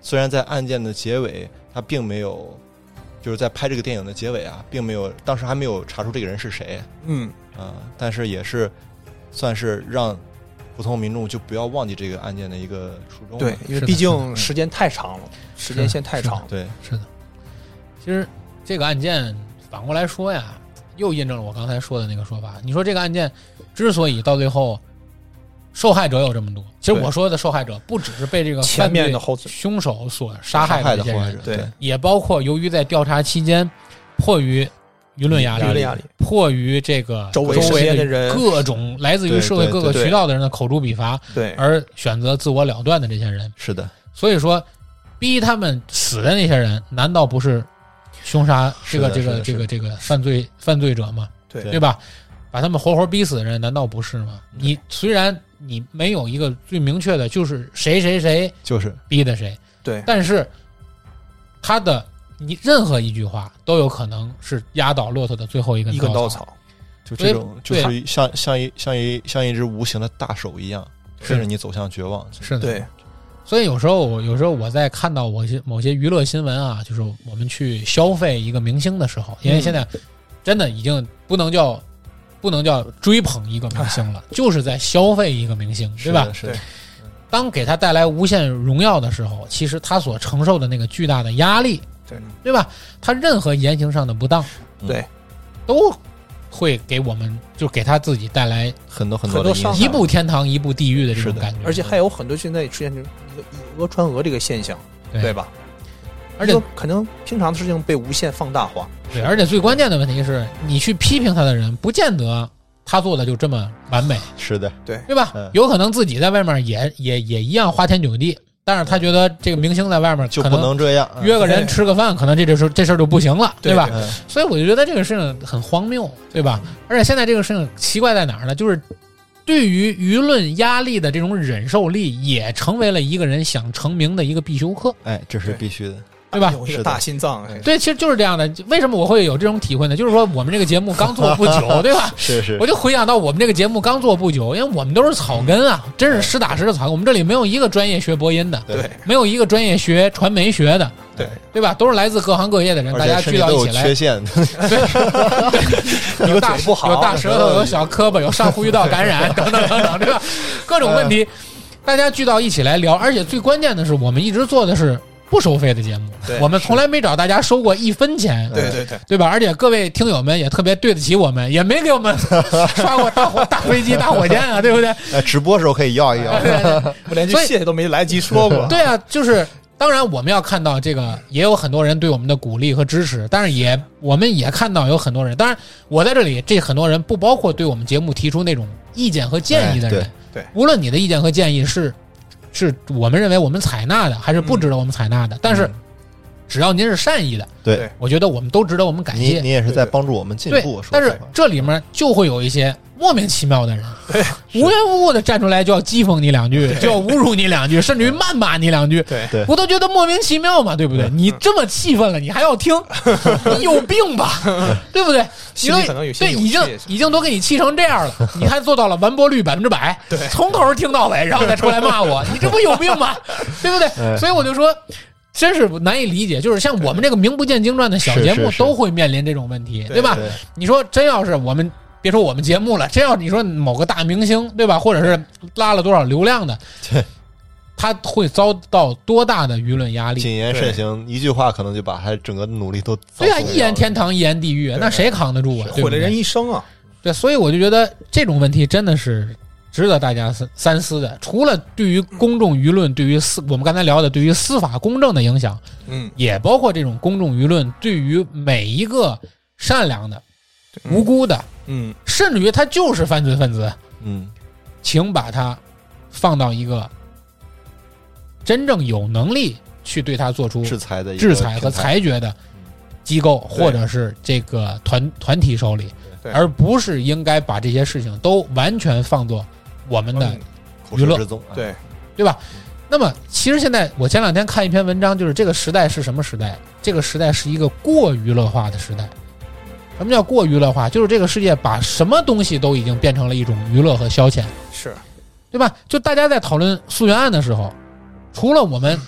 Speaker 3: 虽然在案件的结尾，他并没有，就是在拍这个电影的结尾啊，并没有，当时还没有查出这个人是谁
Speaker 2: 嗯，
Speaker 3: 啊，但是也是算是让普通民众就不要忘记这个案件的一个初衷吧。
Speaker 2: 对，因为毕竟时间太长了，时间线太长了。
Speaker 3: 对，
Speaker 1: 是的。其实这个案件反过来说呀，又印证了我刚才说的那个说法。你说这个案件之所以到最后受害者有这么多，其实
Speaker 2: 对
Speaker 1: 我说的受害者不只是被这个
Speaker 2: 前面的
Speaker 1: 犯罪
Speaker 2: 后者
Speaker 1: 凶手所杀
Speaker 3: 杀
Speaker 1: 害
Speaker 3: 害
Speaker 1: 的
Speaker 3: 的
Speaker 1: 这些
Speaker 3: 后害
Speaker 1: 人
Speaker 3: 者，，
Speaker 2: 对
Speaker 1: 也包括由于在调查期间迫于舆论压力、
Speaker 2: 舆论压力
Speaker 1: 迫于这个
Speaker 2: 周围
Speaker 1: 周
Speaker 2: 身
Speaker 1: 围
Speaker 2: 边的人
Speaker 1: 各种来自于
Speaker 3: 对
Speaker 1: 社会
Speaker 3: 对
Speaker 1: 各个
Speaker 2: 对
Speaker 1: 渠道的人的口诛笔伐，
Speaker 2: 对，
Speaker 1: 而选择自我了断的这些人。
Speaker 3: 是的，
Speaker 1: 所以说，逼他们死的那些人，难道不是凶杀这个这
Speaker 3: 是
Speaker 1: 个
Speaker 3: 的
Speaker 1: 这
Speaker 3: 是
Speaker 1: 个
Speaker 3: 的
Speaker 1: 这个犯罪犯罪者吗？
Speaker 2: 对
Speaker 1: 对吧？把他们活活逼死的人，难道不是吗？你虽然你没有一个最明确的，就是谁谁谁
Speaker 3: 就是
Speaker 1: 逼的谁，
Speaker 2: 对
Speaker 1: 但是他的你任何一句话都有可能是压倒骆驼的最后一根
Speaker 2: 一根稻
Speaker 1: 稻。
Speaker 2: 草，
Speaker 3: 就
Speaker 1: 所以
Speaker 3: 这种，就
Speaker 1: 对啊
Speaker 3: 是像像一像一像一只无形的大手一样，
Speaker 1: 是
Speaker 3: 推着你走向绝望。
Speaker 1: 是的，
Speaker 2: 对，
Speaker 1: 所以有时候我有时候我在看到某些某些娱乐新闻啊，就是我们去消费一个明星的时候，因为现在真的已经不能叫不能叫追捧一个明星了，就是在消费一个明星，对吧？
Speaker 3: 是的，
Speaker 2: 对
Speaker 3: 是
Speaker 1: 当给他带来无限荣耀的时候，其实他所承受的那个巨大的压力，
Speaker 2: 对
Speaker 1: 对吧？他任何言行上的不当，
Speaker 3: 嗯
Speaker 2: 对，
Speaker 1: 都会给我们就给他自己带来
Speaker 3: 很多很
Speaker 2: 很
Speaker 3: 多
Speaker 2: 多
Speaker 3: 的影
Speaker 2: 伤
Speaker 3: 响
Speaker 2: 害
Speaker 1: 一步天堂一步地狱的这
Speaker 3: 是
Speaker 1: 种
Speaker 3: 的
Speaker 1: 感觉，
Speaker 2: 而且还有很多现在也出现这种一个以讹传讹这个现象，
Speaker 1: 对
Speaker 2: 对吧？
Speaker 1: 而且
Speaker 2: 一个可能平常的事情被无限放大化，
Speaker 1: 对，而且最关键的问题是，你去批评他的人，不见得他做的就这么完美，
Speaker 3: 是的，
Speaker 1: 对吧
Speaker 3: 嗯？
Speaker 1: 有可能自己在外面也也也一样花天酒地，但是他觉得这个明星在外面
Speaker 3: 就
Speaker 1: 可
Speaker 3: 不能这样。嗯
Speaker 1: 约个人吃个饭，可能这事这事儿就不行了，
Speaker 2: 对
Speaker 1: 吧？
Speaker 3: 嗯
Speaker 1: 所以我就觉得这个事情很荒谬，对吧？而且现在这个事情奇怪在哪儿呢？就是对于舆论压力的这种忍受力，也成为了一个人想成名的一个必修课，
Speaker 3: 哎，这是
Speaker 2: 对
Speaker 3: 必须的。
Speaker 1: 对吧？
Speaker 2: 有一
Speaker 3: 是
Speaker 2: 个
Speaker 3: 的
Speaker 2: 大心脏，哎
Speaker 1: 对，其实就是这样的。为什么我会有这种体会呢？就是说，我们这个节目刚做不久，对 吧？
Speaker 3: 是是
Speaker 1: 我，就回想到我们这个节目刚做不久，因为我们都是草根
Speaker 3: 嗯
Speaker 1: 啊，真是实打实的草根。我们这里没有一个专业学播音的，
Speaker 2: 对，
Speaker 1: 没有一个专业学传媒学的，
Speaker 2: 对
Speaker 1: 对吧？都是来自各行各业的人，
Speaker 3: 而
Speaker 1: 大
Speaker 3: 且
Speaker 1: 家
Speaker 3: 身
Speaker 1: 聚
Speaker 3: 体
Speaker 1: 到
Speaker 3: 都
Speaker 1: 一
Speaker 3: 有
Speaker 1: 起
Speaker 3: 缺
Speaker 1: 来，
Speaker 3: 陷的，
Speaker 1: 有 大
Speaker 2: 腿不好
Speaker 1: 有大舌头，有小胳膊，有上呼吸道感 染等等等等，对
Speaker 2: 嗯
Speaker 1: 吧？各种问题，大家聚到一起来聊。而且最关键的是，我们一直做的是不收费的节目，
Speaker 2: 对
Speaker 1: 我们从来没找大家收过一分钱，
Speaker 2: 对对对，
Speaker 1: 对吧？而且各位听友们也特别对得起我们，也没给 我们刷过大火大飞机、大火箭啊，对不对？
Speaker 3: 哎，直播时候可以要 一要，
Speaker 2: 我连句
Speaker 1: 所以
Speaker 2: 谢谢都没来得及说过。
Speaker 1: 对啊，就是当然我们要看到这个，也有很多人对我们的鼓励和支持，但是也我们也看到有很多人，当然我在这里，这很多人不包括对我们节目提出那种意见和建议的人，
Speaker 3: 哎
Speaker 2: 对对
Speaker 1: 无论你的意见和建议是是我们认为我们采纳的，还是不
Speaker 3: 嗯
Speaker 1: 值得我们采纳的，但是只要您是善意的，
Speaker 3: 对
Speaker 2: 对，
Speaker 1: 我觉得我们都值得我们感
Speaker 3: 你
Speaker 1: 谢。
Speaker 3: 你也是在帮助我们进
Speaker 1: 对
Speaker 3: 步，说
Speaker 1: 但
Speaker 3: 实
Speaker 1: 是
Speaker 3: 话
Speaker 1: 这里面就会有一些莫名其妙的人，
Speaker 3: 是
Speaker 1: 无缘无故的站出来就要讥讽你两句，就要侮辱你两句，甚至于谩骂你两句，
Speaker 2: 对
Speaker 3: 对
Speaker 1: 我都觉得莫名其妙嘛，对不对？你这么气愤了，你还要听，你有病吧？对不对？你
Speaker 2: 心
Speaker 1: 都
Speaker 2: 里可能有些
Speaker 1: 对，
Speaker 2: 勇
Speaker 1: 已经
Speaker 2: 气也是
Speaker 1: 已经都给你气成这样了，你还做到了完播率百分之百，从头听到尾，然后再出来骂我，你这不有病吗？对不对？
Speaker 3: 哎
Speaker 1: 所以我就说。真是难以理解，就是像我们这个名不见经传的小
Speaker 3: 是
Speaker 1: 节
Speaker 3: 是
Speaker 1: 目，
Speaker 3: 是
Speaker 1: 都会面临这种问题，
Speaker 2: 对
Speaker 1: 对吧？
Speaker 3: 对
Speaker 1: 你说真要是我们别说我们节目了，真要你说某个大明星对吧，或者是拉了多少流量的，
Speaker 3: 对
Speaker 1: 他会遭到多大的舆论压力？
Speaker 3: 谨言
Speaker 2: 对
Speaker 3: 慎行，一句话可能就把他整个努力都遭
Speaker 1: 对呀、啊
Speaker 3: 受
Speaker 1: 一言
Speaker 3: 了
Speaker 1: 天堂一言地狱，那谁扛得住啊？对不
Speaker 2: 毁了
Speaker 1: 对
Speaker 2: 人一生啊！
Speaker 1: 对，所以我就觉得这种问题真的是值得大家三三思的。除了对于公众舆论，对于司我们刚才聊的对于司法公正的影响，
Speaker 2: 嗯，
Speaker 1: 也包括这种公众舆论对于每一个善良的、无辜的，
Speaker 2: 嗯，
Speaker 1: 甚至于他就是犯罪分子，
Speaker 3: 嗯，
Speaker 1: 请把他放到一个真正有能力去对他做出
Speaker 3: 制裁的一个
Speaker 1: 嗯制裁和
Speaker 3: 平台嗯
Speaker 1: 裁决的机构或者是这个团团体手里，
Speaker 2: 对
Speaker 1: 而不是应该把这些事情都完全放作我们的
Speaker 2: 嗯，
Speaker 3: 口
Speaker 1: 娱
Speaker 3: 舌
Speaker 1: 乐
Speaker 3: 之宗，啊
Speaker 2: 对，
Speaker 1: 对吧？那么，其实现在我前两天看一篇文章，就是这个时代是什么时代？这个时代是一个过娱乐化的时代。什么叫过娱乐化？就是这个世界把什么东西都已经变成了一种娱乐和消遣。
Speaker 2: 是
Speaker 1: 对吧？就大家在讨论溯源案的时候，除了我们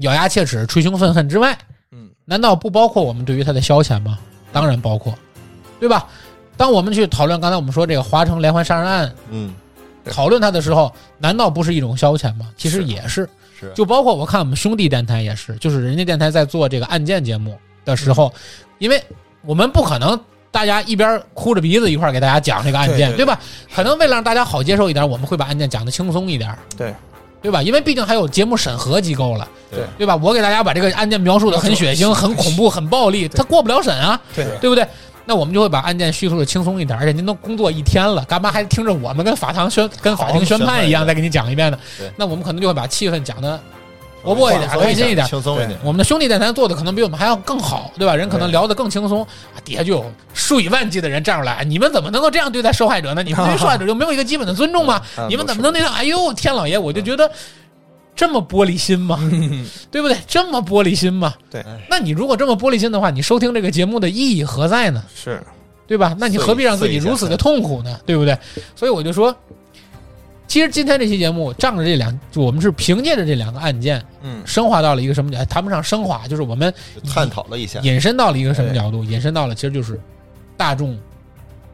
Speaker 1: 咬牙切齿、捶胸愤恨之外，
Speaker 2: 嗯，
Speaker 1: 难道不包括我们对于它的消遣吗？当然包括，对吧？当我们去讨论刚才我们说这个华城连环杀人案，
Speaker 3: 嗯，
Speaker 2: 对啊
Speaker 1: 讨论它的时候，难道不是一种消遣吗？其实也是，
Speaker 3: 是
Speaker 1: 就包括我看我们兄弟电台也是，就是人家电台在做这个案件节目的时候，因为我们不可能大家一边哭着鼻子一块儿给大家讲这个案件，
Speaker 2: 对对对
Speaker 1: 吧？可能为了让大家好接受一点，我们会把案件讲得轻松一点，
Speaker 2: 对
Speaker 1: 对吧？因为毕竟还有节目审核机构了，
Speaker 2: 对
Speaker 1: 对吧？我给大家把这个案件描述的很血腥、很恐怖、很暴力，他过不了审啊，
Speaker 2: 对
Speaker 1: 对不对？那我们就会把案件叙述的轻松一点，而且您都工作一天了，干嘛还听着我们跟法堂宣、跟法庭宣判一样再给你讲一遍呢
Speaker 3: 对？
Speaker 1: 那我们可能就会把气氛讲的活泼一点、开心一点。
Speaker 3: 嗯轻松一点，
Speaker 1: 我们的兄弟电台做的可能比我们还要更好，对吧？人可能聊得更轻松，啊底下就有数以万计的人站出来，你们怎么能够这样对待受害者呢？你们对受害 者就没有一个基本的尊重吗？
Speaker 2: 嗯
Speaker 1: 你们怎么能那样？哎呦，天老爷，我就觉得这么玻璃心吗？对不对？这么玻璃心吗？
Speaker 2: 嗯对
Speaker 1: 那你如果这么玻璃心的话，你收听这个节目的意义何在呢？
Speaker 2: 是
Speaker 1: 对吧？那你何必让自己如此的痛苦呢？对不对？所以我就说，其实今天这期节目仗着这两，我们是凭借着这两个案件
Speaker 2: 嗯
Speaker 1: 升华到了一个什么角？哎谈不上升华，就是我们
Speaker 3: 就探讨了一下，
Speaker 1: 引申到了一个什么角度？引申到了其实就是大众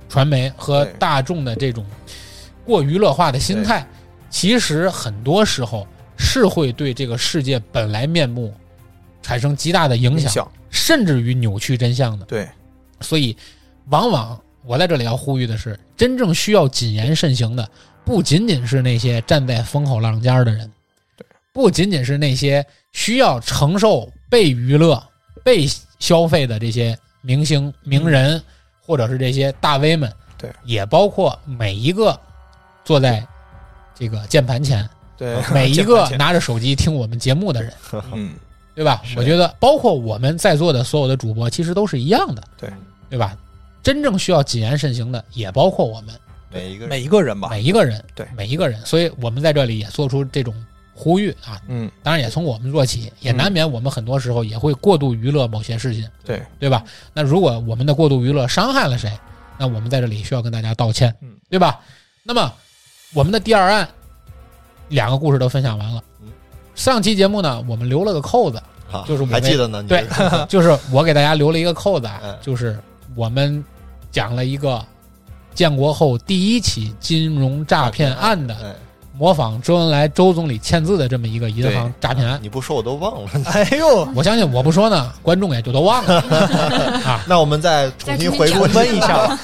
Speaker 1: 传媒和
Speaker 2: 对
Speaker 1: 大众的这种过娱乐化的心态，其实很多时候是会对这个世界本来面目产生极大的影响，
Speaker 2: 响，
Speaker 1: 甚至于扭曲真相的。
Speaker 2: 对
Speaker 1: 所以，往往我在这里要呼吁的是，真正需要谨言慎行的，不仅仅是那些站在风口浪尖儿的人，不仅仅是那些需要承受被娱乐、被消费的这些明星、名人，或者是这些大 V 们，
Speaker 2: 嗯对，
Speaker 1: 也包括每一个坐在这个键盘前，
Speaker 2: 对，
Speaker 1: 每一个
Speaker 2: 键盘
Speaker 1: 拿着手机听我们节目的人。
Speaker 2: 前嗯，
Speaker 1: 对吧？我觉得包括我们在座的所有的主播，其实都是一样的，
Speaker 2: 对
Speaker 1: 对吧？真正需要谨言慎行的，也包括我们
Speaker 3: 每一个
Speaker 2: 嗯
Speaker 3: 人
Speaker 2: 每一个人吧，
Speaker 1: 每一个人，
Speaker 2: 对
Speaker 1: 每一个人。所以我们在这里也做出这种呼吁啊，
Speaker 2: 嗯，
Speaker 1: 当然也从我们做起，也难免我们很多时候也会过度娱乐某些事情，
Speaker 2: 对
Speaker 1: 对吧？那如果我们的过度娱乐伤害了谁，那我们在这里需要跟大家道歉
Speaker 2: 嗯，
Speaker 1: 对吧？那么我们的第二案两个故事都分享完了
Speaker 3: 嗯，
Speaker 1: 上期节目呢，我们留了个扣子。
Speaker 3: 啊
Speaker 1: 就是我
Speaker 3: 还
Speaker 1: 们
Speaker 3: 记得呢，你
Speaker 1: 对
Speaker 3: 这是
Speaker 1: 就是我给大家留了一个扣子啊
Speaker 3: 嗯，
Speaker 1: 就是我们讲了一个建国后第一起金融诈骗案的
Speaker 3: 哎
Speaker 1: 模仿周恩来周总理签字的这么一个银行诈骗案。
Speaker 3: 你不说我都忘了。
Speaker 2: 哎呦，
Speaker 1: 我相信我不说呢，观众也就都忘了。
Speaker 3: 那我们再重新回顾
Speaker 4: 再重新
Speaker 2: 温一下吧。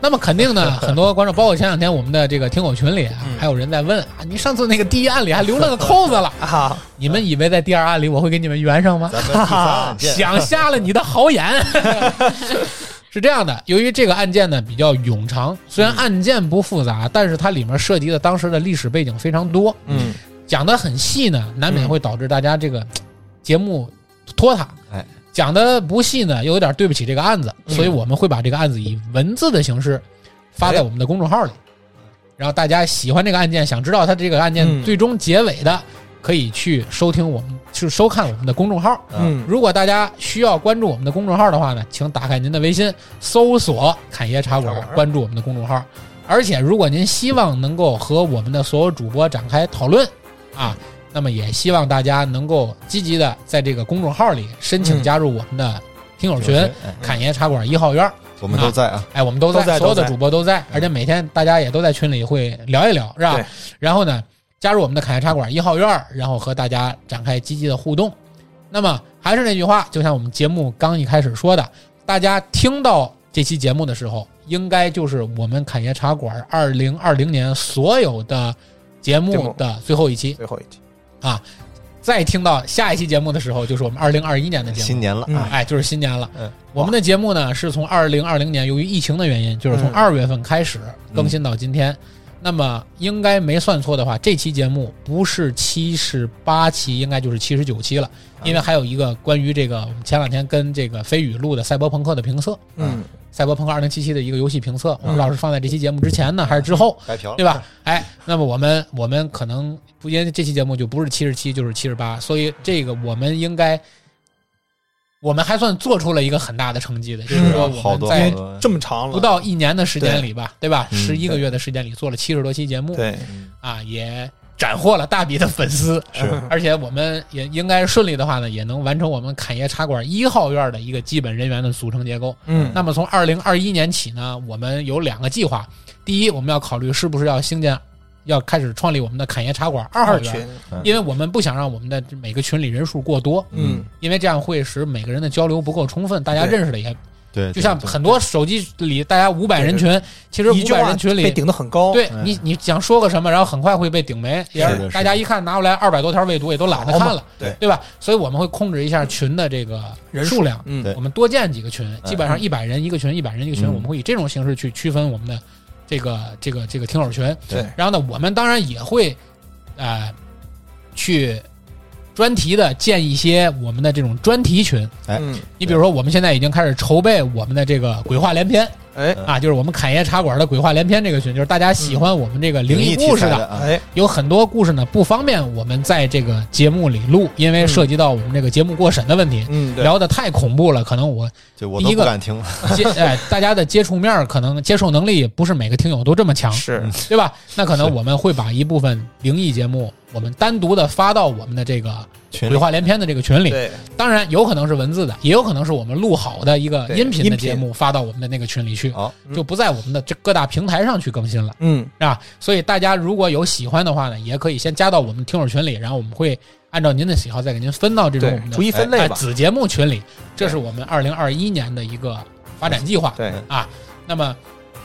Speaker 1: 那么肯定呢，很多观众，包括前两天我们的这个听友群里啊，还有人在问啊，你上次那个第一案里还留了个扣子了，
Speaker 2: 啊，
Speaker 1: 你们以为在第二案里我会给你们圆上吗？
Speaker 3: 咱们第三案件，
Speaker 1: 想瞎了你的好 眼。是这样的，由于这个案件呢比较冗长，虽然案件不复杂，但是它里面涉及的当时的历史背景非常多，
Speaker 2: 嗯，
Speaker 1: 讲的很细呢，难免会导致大家这个节目拖沓。
Speaker 3: 哎，
Speaker 1: 讲的不细呢，又有点对不起这个案子，
Speaker 2: 嗯
Speaker 1: 所以我们会把这个案子以文字的形式发在我们的公众号里，然后大家喜欢这个案件，想知道它这个案件
Speaker 2: 嗯
Speaker 1: 最终结尾的，可以去收听我们去收看我们的公众号。
Speaker 2: 嗯，
Speaker 1: 如果大家需要关注我们的公众号的话呢，请打开您的微信，搜索“侃爷茶馆
Speaker 2: 茶”，馆
Speaker 1: 关注我们的公众号。而且，如果您希望能够和我们的所有主播展开讨论啊，那么也希望大家能够积极的在这个公众号里申请
Speaker 2: 嗯
Speaker 1: 加入我们的听友
Speaker 3: 有
Speaker 1: 群
Speaker 3: 谁哎
Speaker 1: “侃爷茶馆”一号院儿。
Speaker 3: 我们都在啊。
Speaker 1: 哎，我们都在，
Speaker 2: 都在
Speaker 1: 所有的
Speaker 2: 都在嗯
Speaker 1: 主播都在，而且每天大家也都在群里会聊一聊，是吧
Speaker 2: 对？
Speaker 1: 然后呢，加入我们的侃爷茶馆一号院儿，然后和大家展开积极的互动。那么还是那句话，就像我们节目刚一开始说的，大家听到这期节目的时候，应该就是我们侃爷茶馆二零二零年所有的节
Speaker 2: 节
Speaker 1: 目
Speaker 2: 目
Speaker 1: 的最后一期。
Speaker 2: 最后一题，
Speaker 1: 再听到下一期节目的时候，就是我们二零二一年的节目
Speaker 3: 新。年了，
Speaker 2: 嗯
Speaker 1: 哎，就是新年了。
Speaker 3: 嗯
Speaker 1: 我们的节目呢是从二零二零年由于疫情的原因，就是从
Speaker 2: 嗯
Speaker 1: 二月份开始更新到今天。那么应该没算错的话，这期节目不是七十八期，应该就是七十九期了，
Speaker 2: 啊
Speaker 1: 因为还有一个关于这个我们前两天跟这个飞宇录的赛博朋克的评测，
Speaker 2: 嗯，
Speaker 1: 赛博朋克二零七七的一个游戏评测，我不知
Speaker 2: 嗯
Speaker 1: 道是放在这期节目之前呢，还是之后。
Speaker 3: 白嫖了
Speaker 1: 对？吧？哎，那么我们我们可能不因为这期节目就不是七十七就是七十八，所以这个我们应该，我们还算做出了一个很大的成绩的，就是
Speaker 2: 是
Speaker 1: 说
Speaker 3: 啊好
Speaker 1: 我们
Speaker 3: 多
Speaker 2: 因
Speaker 1: 在
Speaker 3: 好
Speaker 2: 为
Speaker 3: 多
Speaker 2: 这么长了，
Speaker 1: 不到一年的时间里吧，对吧？
Speaker 3: 嗯
Speaker 1: 十一个月的时间里做了七十多期节目，
Speaker 2: 对，
Speaker 3: 嗯
Speaker 1: 啊，也斩获了大笔的粉丝，
Speaker 3: 是
Speaker 1: 而且我们也应该顺利的话呢，也能完成我们侃爷茶馆一号院的一个基本人员的组成结构。
Speaker 2: 嗯，
Speaker 1: 那么从二零二一年起呢，我们有两个计划。第一，我们要考虑是不是要兴建，要开始创立我们的侃爷茶馆二号
Speaker 2: 二
Speaker 1: 园，
Speaker 2: 群，
Speaker 1: 因为我们不想让我们的每个群里人数过多，
Speaker 2: 嗯，
Speaker 1: 因为这样会使每个人的交流不够充分，大家
Speaker 2: 对
Speaker 1: 认识的也
Speaker 3: 对，对
Speaker 1: 就像
Speaker 3: 对
Speaker 1: 很多手机里大家五百
Speaker 2: 对
Speaker 1: 人
Speaker 2: 对
Speaker 1: 群，其实
Speaker 2: 一
Speaker 1: 五
Speaker 2: 句
Speaker 1: 百
Speaker 2: 话
Speaker 1: 人群
Speaker 2: 被
Speaker 1: 里。
Speaker 2: 顶得很高，
Speaker 1: 对
Speaker 3: 嗯
Speaker 1: 你，你想说个什么，然后很快会被顶没。也
Speaker 3: 是的
Speaker 1: 大
Speaker 3: 是
Speaker 1: 家
Speaker 3: 的
Speaker 1: 一看拿过来二百多条未读，也都懒得
Speaker 2: 好嘛
Speaker 1: 看了，
Speaker 3: 对
Speaker 1: 对吧？所以我们会控制一下群的这个
Speaker 2: 人
Speaker 1: 数量，
Speaker 2: 嗯，
Speaker 3: 对
Speaker 1: 我们多建几个群，基本上一百人一个群，一百人一个群，
Speaker 3: 嗯
Speaker 1: 我们会以这种形式去区分我们的这个这个这个听友群。
Speaker 2: 对，
Speaker 1: 然后呢，我们当然也会呃去专题的建一些我们的这种专题群。
Speaker 3: 哎
Speaker 2: 嗯，
Speaker 1: 你比如说，我们现在已经开始筹备我们的这个鬼话连篇
Speaker 2: 哎，
Speaker 3: 嗯
Speaker 1: 啊，就是我们侃爷茶馆的鬼话连篇这个群，就是大家喜欢我们这个灵异
Speaker 3: 题
Speaker 1: 故事
Speaker 3: 材
Speaker 1: 的，
Speaker 3: 的啊，
Speaker 2: 哎，
Speaker 1: 有很多故事呢不方便我们在这个节目里录，因为
Speaker 2: 嗯
Speaker 1: 涉及到我们这个节目过审的问题，
Speaker 2: 嗯，对，
Speaker 1: 聊得太恐怖了，可能我
Speaker 3: 就我都
Speaker 1: 一
Speaker 3: 不
Speaker 1: 个
Speaker 3: 敢听了。
Speaker 1: 接哎，大家的接触面儿可能接受能力也不是每个听友都这么强，
Speaker 2: 是，
Speaker 1: 对吧？那可能
Speaker 3: 是
Speaker 1: 我们会把一部分灵异节目，我们单独的发到我们的这个
Speaker 3: 群
Speaker 1: 鬼
Speaker 3: 里
Speaker 1: 话连篇的这个群里。
Speaker 2: 对，
Speaker 1: 当然，有可能是文字的，也有可能是我们录好的一个
Speaker 2: 对
Speaker 1: 音频
Speaker 2: 音
Speaker 1: 的
Speaker 2: 频
Speaker 1: 节目发到我们的那个群里去，
Speaker 3: 好，
Speaker 1: 就不在我们的这各大平台上去更新了，
Speaker 2: 嗯，
Speaker 1: 是吧？所以大家如果有喜欢的话呢，也可以先加到我们听友群里，然后我们会按照您的喜好再给您分到这种我
Speaker 2: 对
Speaker 1: 们，的
Speaker 2: 逐一分类
Speaker 1: 哎
Speaker 2: 吧，
Speaker 1: 子节目群里，这是我们二零二一年的一个发展计划。
Speaker 2: 对，
Speaker 1: 那么，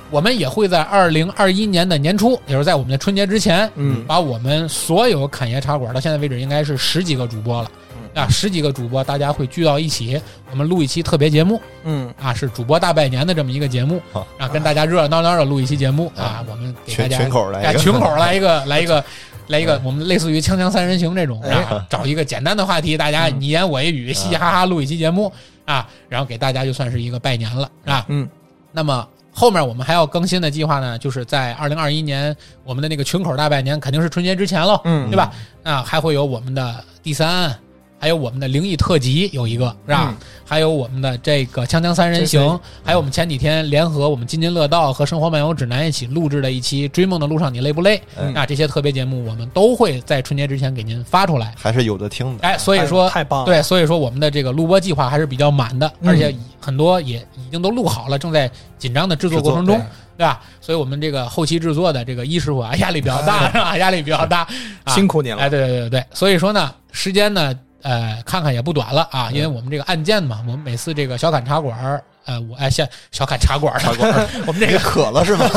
Speaker 1: 我们也会在二零二一年的年初，也就是在我们的春节之前，
Speaker 2: 嗯，
Speaker 1: 把我们所有侃爷茶馆到现在为止应该是十几个主播了，
Speaker 2: 嗯
Speaker 1: 啊，十几个主播大家会聚到一起，我们录一期特别节目
Speaker 2: 嗯，
Speaker 1: 啊，是主播大拜年的这么一个节目
Speaker 3: 好
Speaker 1: 啊，跟大家热热闹闹的录一期节目啊，我们给大
Speaker 3: 群
Speaker 1: 家
Speaker 3: 群口来
Speaker 1: 哎
Speaker 3: 一个，
Speaker 1: 群口来一个，来一个，来一个，我们类似于《锵锵三人行》这种，
Speaker 2: 哎
Speaker 1: 啊，找一个简单的话题，大家
Speaker 2: 嗯
Speaker 1: 你言我一语，嘻嘻哈哈录一期节目啊，然后给大家就算是一个拜年了，啊。
Speaker 2: 嗯，
Speaker 1: 那么后面我们还要更新的计划呢，就是在二零二一年我们的那个群口大拜年肯定是春节之前喽，
Speaker 2: 嗯，
Speaker 1: 对吧？啊，还会有我们的第三案还有我们的灵异特辑有一个是吧？还有我们的这个《锵锵三人行》
Speaker 2: 嗯这是，
Speaker 1: 还有我们前几天联合我们津津乐道和生活漫游指南一起录制的一期《追梦的路上你累不累》啊
Speaker 3: 嗯
Speaker 1: 那这些特别节目我们都会在春节之前给您发出来。
Speaker 3: 还是有的听的。
Speaker 1: 哎，所以说
Speaker 2: 太棒了，
Speaker 1: 对，所以说我们的这个录播计划还是比较满的，
Speaker 2: 嗯
Speaker 1: 而且很多也已经都录好了，正在紧张的制作过程中
Speaker 2: 制作，
Speaker 1: 对吧？所以我们这个后期制作的这个一师傅啊，压力比较 大，是吧？压力比较大，啊
Speaker 2: 辛苦您了。
Speaker 1: 哎，对对对对，所以说呢，时间呢，呃，看看也不短了啊，因为我们这个案件嘛，我们每次这个小侃茶馆儿，呃，我哎，现小侃茶馆儿，茶馆，我们这个
Speaker 3: 渴了是 吗？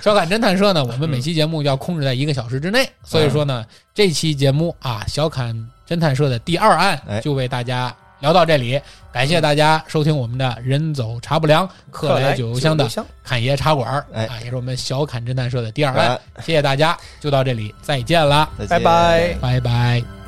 Speaker 1: 小侃侦探社呢，我们每期节目要控制在一个小时之内，所以说呢，这期节目啊，小侃侦探社的第二案
Speaker 3: 哎
Speaker 1: 就为大家聊到这里，感谢大家收听我们的“人走茶不凉，客来酒
Speaker 2: 酒
Speaker 1: 留香”的
Speaker 2: 香
Speaker 1: 侃爷茶馆儿，
Speaker 3: 哎
Speaker 1: 啊，也是我们小侃侦探社的第二案，谢谢大家，就到这里，再见啦，
Speaker 3: 再见
Speaker 2: 拜
Speaker 1: 拜
Speaker 2: 拜
Speaker 1: 拜。